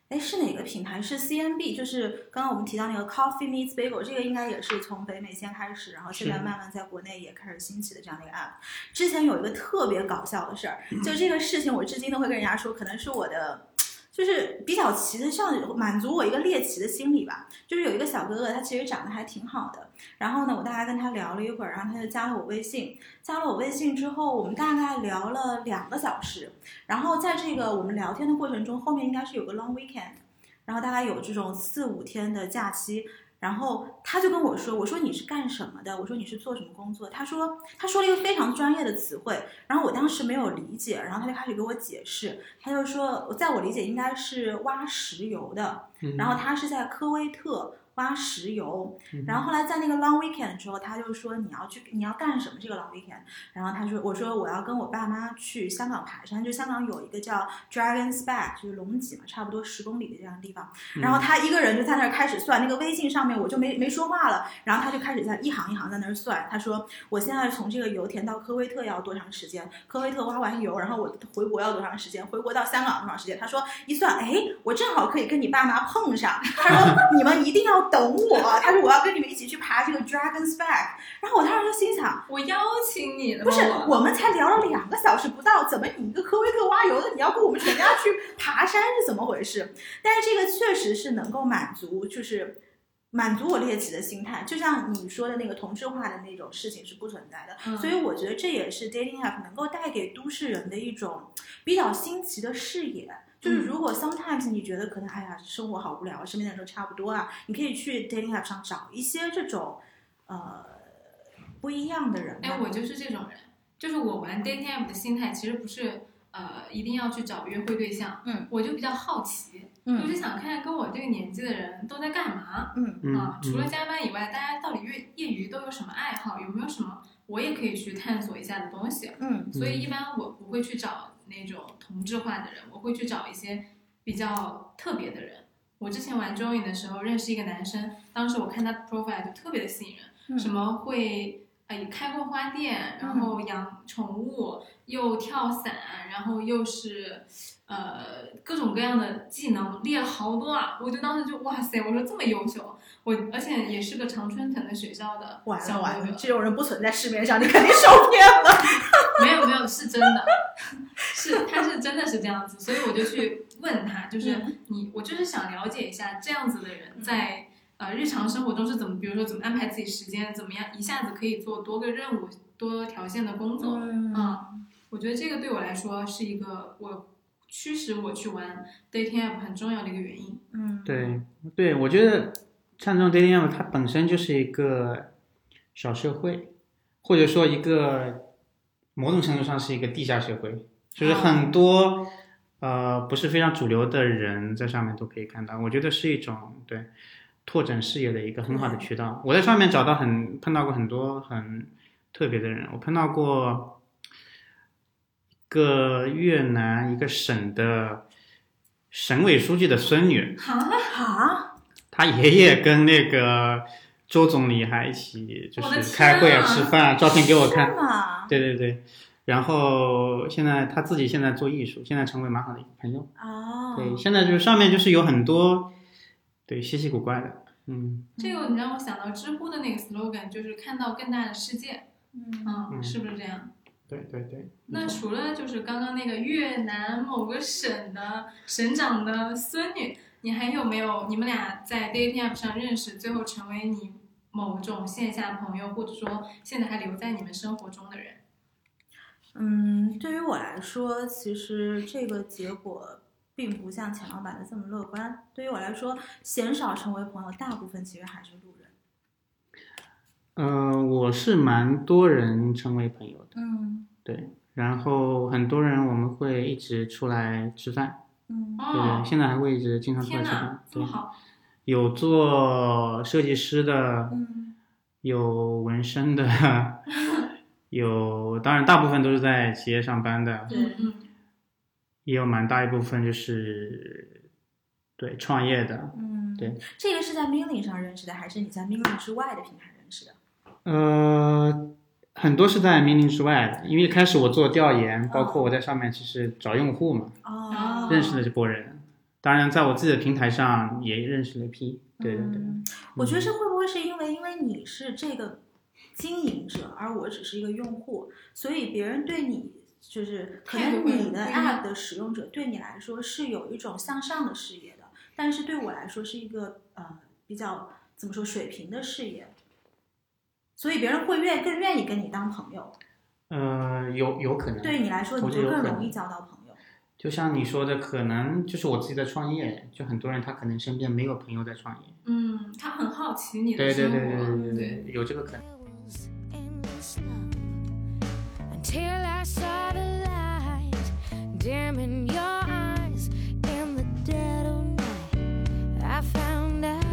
哎，是哪个品牌？是 CNB，就是刚刚我们提到那个 Coffee Meets Bagel，这个应该也是从北美先开始，然后现在是慢慢在国内也开始兴起的这样的一个 app。之前有一个特别搞笑的事儿，就这个事情我至今都会跟人家说，可能是我的。就是比较奇的，像满足我一个猎奇的心理吧。就是有一个小哥哥，他其实长得还挺好的。然后呢，我大概跟他聊了一会儿，然后他就加了我微信。加了我微信之后，我们大概聊了两个小时。然后在这个我们聊天的过程中，后面应该是有个 long weekend，然后大概有这种四五天的假期。然后他就跟我说：“我说你是干什么的？我说你是做什么工作？”他说他说了一个非常专业的词汇，然后我当时没有理解，然后他就开始给我解释，他就说，在我理解应该是挖石油的，嗯然后他是在科威特挖石油。然后后来在那个 long weekend 之后，他就说你要去你要干什么这个 long weekend？然后他说我说我要跟我爸妈去香港爬山，就香港有一个叫 Dragon's Back，就是龙脊嘛，差不多十公里的这样的地方。然后他一个人就在那儿开始算，那个微信上面我就没没说话了，然后他就开始在一行一行在那儿算，他说我现在从这个油田到科威特要多长时间，科威特挖完油，然后我回国要多长时间，回国到香港多长时间，他说一算，哎，我正好可以跟你爸妈碰上，他说你们一定要等我，他说我要跟你们一起去爬这个 Dragon's Back，然后我当时就心想。我邀请你了，不是，我们才聊了两个小时不到，怎么你一个科威特挖油的，你要跟我们全家去爬山是怎么回事？但是这个确实是能够满足，就是满足我猎奇的心态。就像你说的那个同质化的那种事情是不存在的，嗯所以我觉得这也是 dating app 能够带给都市人的一种比较新奇的视野。就是嗯如果 sometimes 你觉得可能哎呀生活好无聊啊，身边的人都差不多啊，你可以去 dating app 上找一些这种呃不一样的人吧。哎，我就是这种人，就是我玩 dating app 的心态其实不是呃一定要去找约会对象，嗯，我就比较好奇，嗯我就想看看跟我这个年纪的人都在干嘛、嗯嗯啊，除了嗯加班以外，大家到底业业余都有什么爱好，有没有什么我也可以去探索一下的东西？啊嗯所以一般我不会去找那种同质化的人，我会去找一些比较特别的人。我之前玩 Join 的时候认识一个男生，当时我看他 profile 就特别的吸引人。嗯什么会哎开过花店，然后养宠物，又跳伞，然后又是呃各种各样的技能，列了好多啊！我就当时就哇塞，我说这么优秀，我而且也是个常春藤的学校的完小了完哥了，哥，这种人不存在市面上，你肯定受骗了。没有没有是真的， 是他是真的是这样子，所以我就去问他，就是你我就是想了解一下这样子的人嗯在。呃，日常生活中是怎么，比如说怎么安排自己时间，怎么样一下子可以做多个任务、多条线的工作， 嗯啊，我觉得这个对我来说是一个我驱使我去玩 dating app 很重要的一个原因。嗯，对对，我觉得像这种 dating app，它本身就是一个小社会，或者说一个某种程度上是一个地下社会，就是很多、呃不是非常主流的人在上面都可以看到。我觉得是一种对拓展视野的一个很好的渠道。我在上面找到很碰到过很多很特别的人，我碰到过一个越南一个省的省委书记的孙女。哈，啊，他爷爷跟那个周总理还一起就我的是天啊开会啊、吃饭啊，照片给我看。是吗？对对对，然后现在他自己现在做艺术，现在成为蛮好的一个朋友。哦，对，现在就是上面就是有很多对稀奇古怪的，嗯，这个你让我想到知乎的那个 slogan，就是看到更大的世界，嗯，啊，嗯是不是这样？对对对。那除了就是刚刚那个越南某个省的省长的孙女，你还有没有你们俩在 dating app 上认识，最后成为你某种线下朋友，或者说现在还留在你们生活中的人？嗯，对于我来说，其实这个结果。并不像钱老板的这么乐观。对于我来说，鲜少成为朋友，大部分其实还是路人。嗯、呃，我是蛮多人成为朋友的，嗯对，然后很多人我们会一直出来吃饭，嗯对，哦，现在还会一直经常出来天吃哪饭，，这对么，好！有做设计师的，嗯有纹身的， 有当然大部分都是在企业上班的，对嗯也有蛮大一部分就是对创业的。嗯，对，这个是在 Mingling 上认识的，还是你在 Mingling 之外的平台认识的？呃，很多是在命令之外的，因为一开始我做调研，包括我在上面其实找用户嘛，哦认识了这波人。当然，在我自己的平台上也认识了一批。对对对，嗯，我觉得这会不会是因为因为你是这个经营者，而我只是一个用户，所以别人对你就是可态度能会你的不一样 app 的使用者对你来说是有一种向上的视野的，但是对我来说是一个呃比较怎么说水平的视野，所以别人会愿更愿意跟你当朋友，呃，有有可能。对你来说你我觉得就有更可容易能交到朋友。就像你说的，可能就是我自己在创业，就很多人他可能身边没有朋友在创业，嗯，他很好奇你的对对生活，对对对对，有这个可能。 There was endless love until I saw the light dim in your eyes in the dead of night. I found out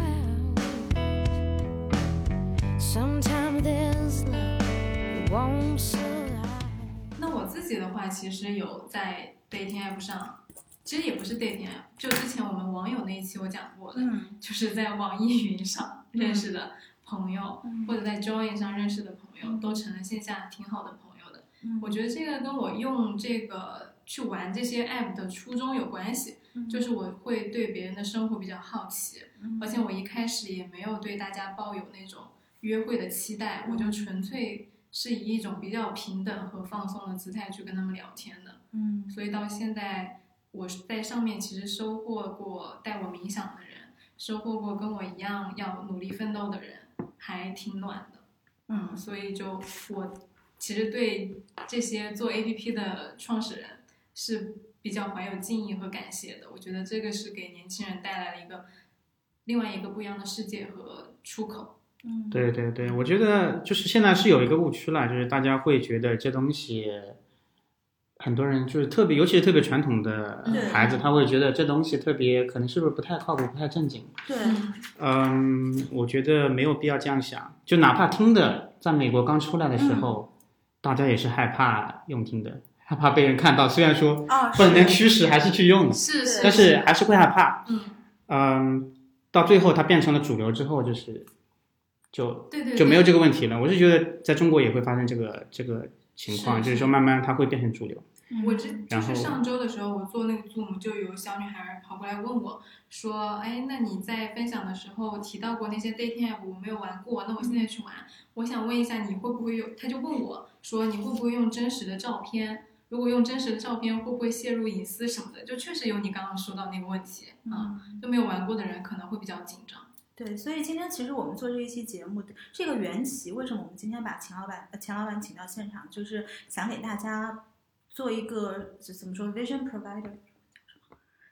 己的话，其实有在 dating app 上，其实也不是 dating app，就之前我们网友那一期我讲过的，嗯就是在网易云上认识的朋友，嗯或者在 Join 上认识的朋友，嗯都成了线下挺好的朋友的。嗯我觉得这个跟我用这个去玩这些 app 的初衷有关系，就是我会对别人的生活比较好奇，嗯而且我一开始也没有对大家抱有那种约会的期待，嗯我就纯粹是以一种比较平等和放松的姿态去跟他们聊天的。嗯所以到现在，我是在上面其实收获过带我冥想的人，收获过跟我一样要努力奋斗的人，还挺暖的。嗯所以就我其实对这些做 APP 的创始人是比较怀有敬意和感谢的。我觉得这个是给年轻人带来了一个另外一个不一样的世界和出口。嗯对对对，我觉得就是现在是有一个误区啦，就是大家会觉得这东西，很多人就是特别，尤其是特别传统的对孩子，他会觉得这东西特别可能是不是不太靠谱、不太正经。对嗯，我觉得没有必要这样想，就哪怕听的在美国刚出来的时候，大家也是害怕用听的，害怕被人看到，虽然说啊不能是驱使还是去用，是对但是还是会害怕。嗯，嗯，到最后它变成了主流之后，就是就对对，就没有对这个问题了。我是觉得在中国也会发生这个这个情况，是就是说慢慢它会变成主流。嗯我之就然后是上周的时候，我做那个 Zoom，就有小女孩跑过来问我说：“哎，那你在分享的时候提到过那些 dating app，我没有玩过，那我现在去玩，我想问一下你会不会用？”她就问我说：“你会不会用真实的照片？如果用真实的照片，会不会泄露隐私什么的？”就确实有你刚刚说到那个问题啊，嗯就没有玩过的人可能会比较紧张。对，所以今天其实我们做这一期节目，这个缘起，为什么我们今天把钱老板、呃钱老板请到现场，就是想给大家做一个就怎么说 vision provider，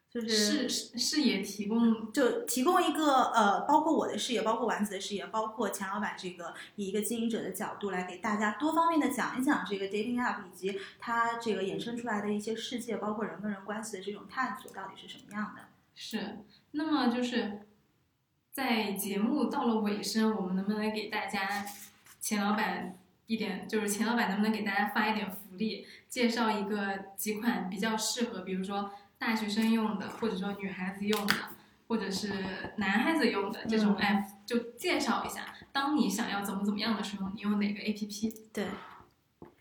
就是视视野提供就提供一个呃，包括我的视野，包括丸子的视野，包括钱老板这个以一个经营者的角度来给大家多方面的讲一讲这个 dating app 以及它这个衍生出来的一些世界，包括人跟人关系的这种探索到底是什么样的。是，那么就是在节目到了尾声，我们能不能给大家钱老板一点，就是钱老板能不能给大家发一点福利，介绍一个几款比较适合，比如说大学生用的，或者说女孩子用的，或者是男孩子用的这种嗯 app，、就介绍一下。当你想要怎么怎么样的时候，你用哪个 app？对，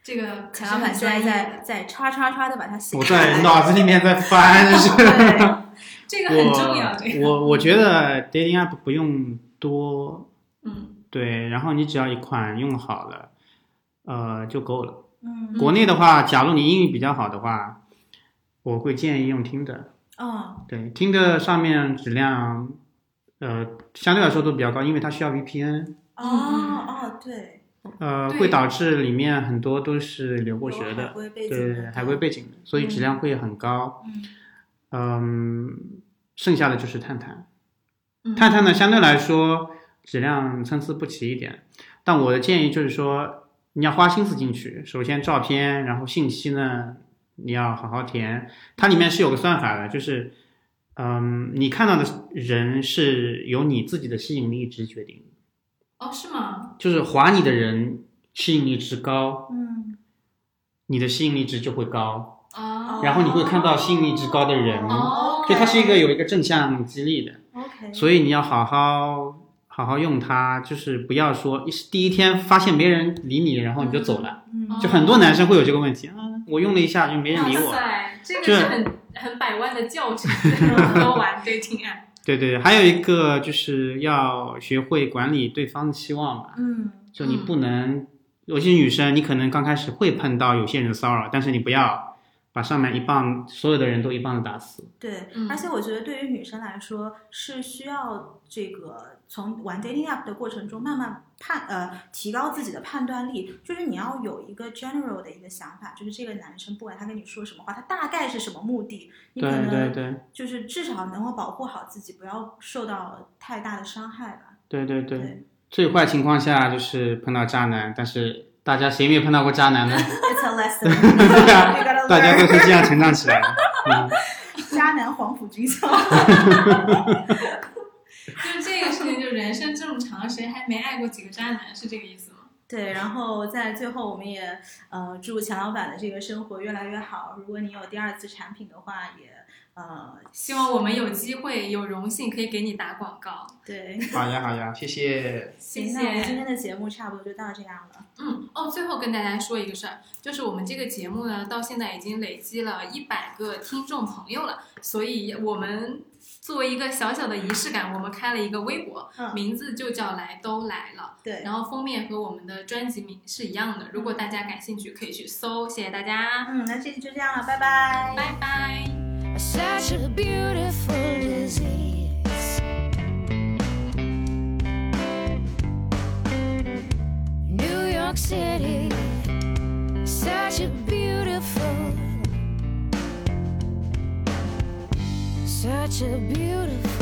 这个可钱是老板很现在专业在的，在叉叉叉的把它写我下来。在脑子里面在翻，是对这个很重要，这个，我我我觉得 dating app 不用多，嗯，对，然后你只要一款用好了，呃就够了。嗯国内的话，假如你英语比较好的话，我会建议用听的。嗯对，听的上面质量，呃，相对来说都比较高，因为它需要 VPN，哦嗯哦对，呃，对会导致里面很多都是留过学有的海，归背景的对，海归背景的，所以质量会很高。嗯嗯，剩下的就是探探，嗯探探呢相对来说质量参差不齐一点，但我的建议就是说，你要花心思进去，首先照片，然后信息呢你要好好填，它里面是有个算法的，就是。嗯，你看到的人是由你自己的吸引力值决定的，哦，是吗？就是划你的人吸引力值高，嗯你的吸引力值就会高，啊、然后你会看到吸引力值高的人哦就它是一个有一个正向激励的， OK，所以你要好好好好用它，就是不要说一第一天发现没人理你，然后你就走了，嗯就很多男生会有这个问题啊，我用了一下就没人理哦哇我，塞，这个就是很很百万的教程，都玩啊 dating app。对对，还有一个就是要学会管理对方的期望吧，嗯就你不能，有些女生你可能刚开始会碰到有些人骚扰，但是你不要把上面一棒所有的人都一棒子打死。对，嗯而且我觉得对于女生来说是需要这个从玩 dating app 的过程中慢慢判呃提高自己的判断力，就是你要有一个 general 的一个想法，就是这个男生不管他跟你说什么话，他大概是什么目的，你可对对能对就是至少能够保护好自己，不要受到太大的伤害吧。对对对，对最坏情况下就是碰到渣男，但是大家谁没碰到过渣男呢？ ，It's a lesson，对啊 You gotta 大家 learn 都是这样成长起来的。嗯，渣男黄埔军校。就这个事情，就人生这么长，谁还没爱过几个渣男？是这个意思吗？ 对，然后在最后我们也呃祝钱老板的这个生活越来越好。如果你有第二次产品的话，也呃希望我们有机会有荣幸可以给你打广告。对。好呀好呀，谢谢。谢行那我们今谢。天的节目差不多就到这样了。嗯，哦，最后跟大家说一个事儿，就是我们这个节目呢，到现在已经累积了一百个听众朋友了，所以我们作为一个小小的仪式感，我们开了一个微博，嗯，名字就叫“来都来了”。对，然后封面和我们的专辑名是一样的，如果大家感兴趣，可以去搜。谢谢大家，嗯，那这期就这样了，拜拜。拜拜。 such a beautiful disease. New York City, such a beautiful, such a beautiful.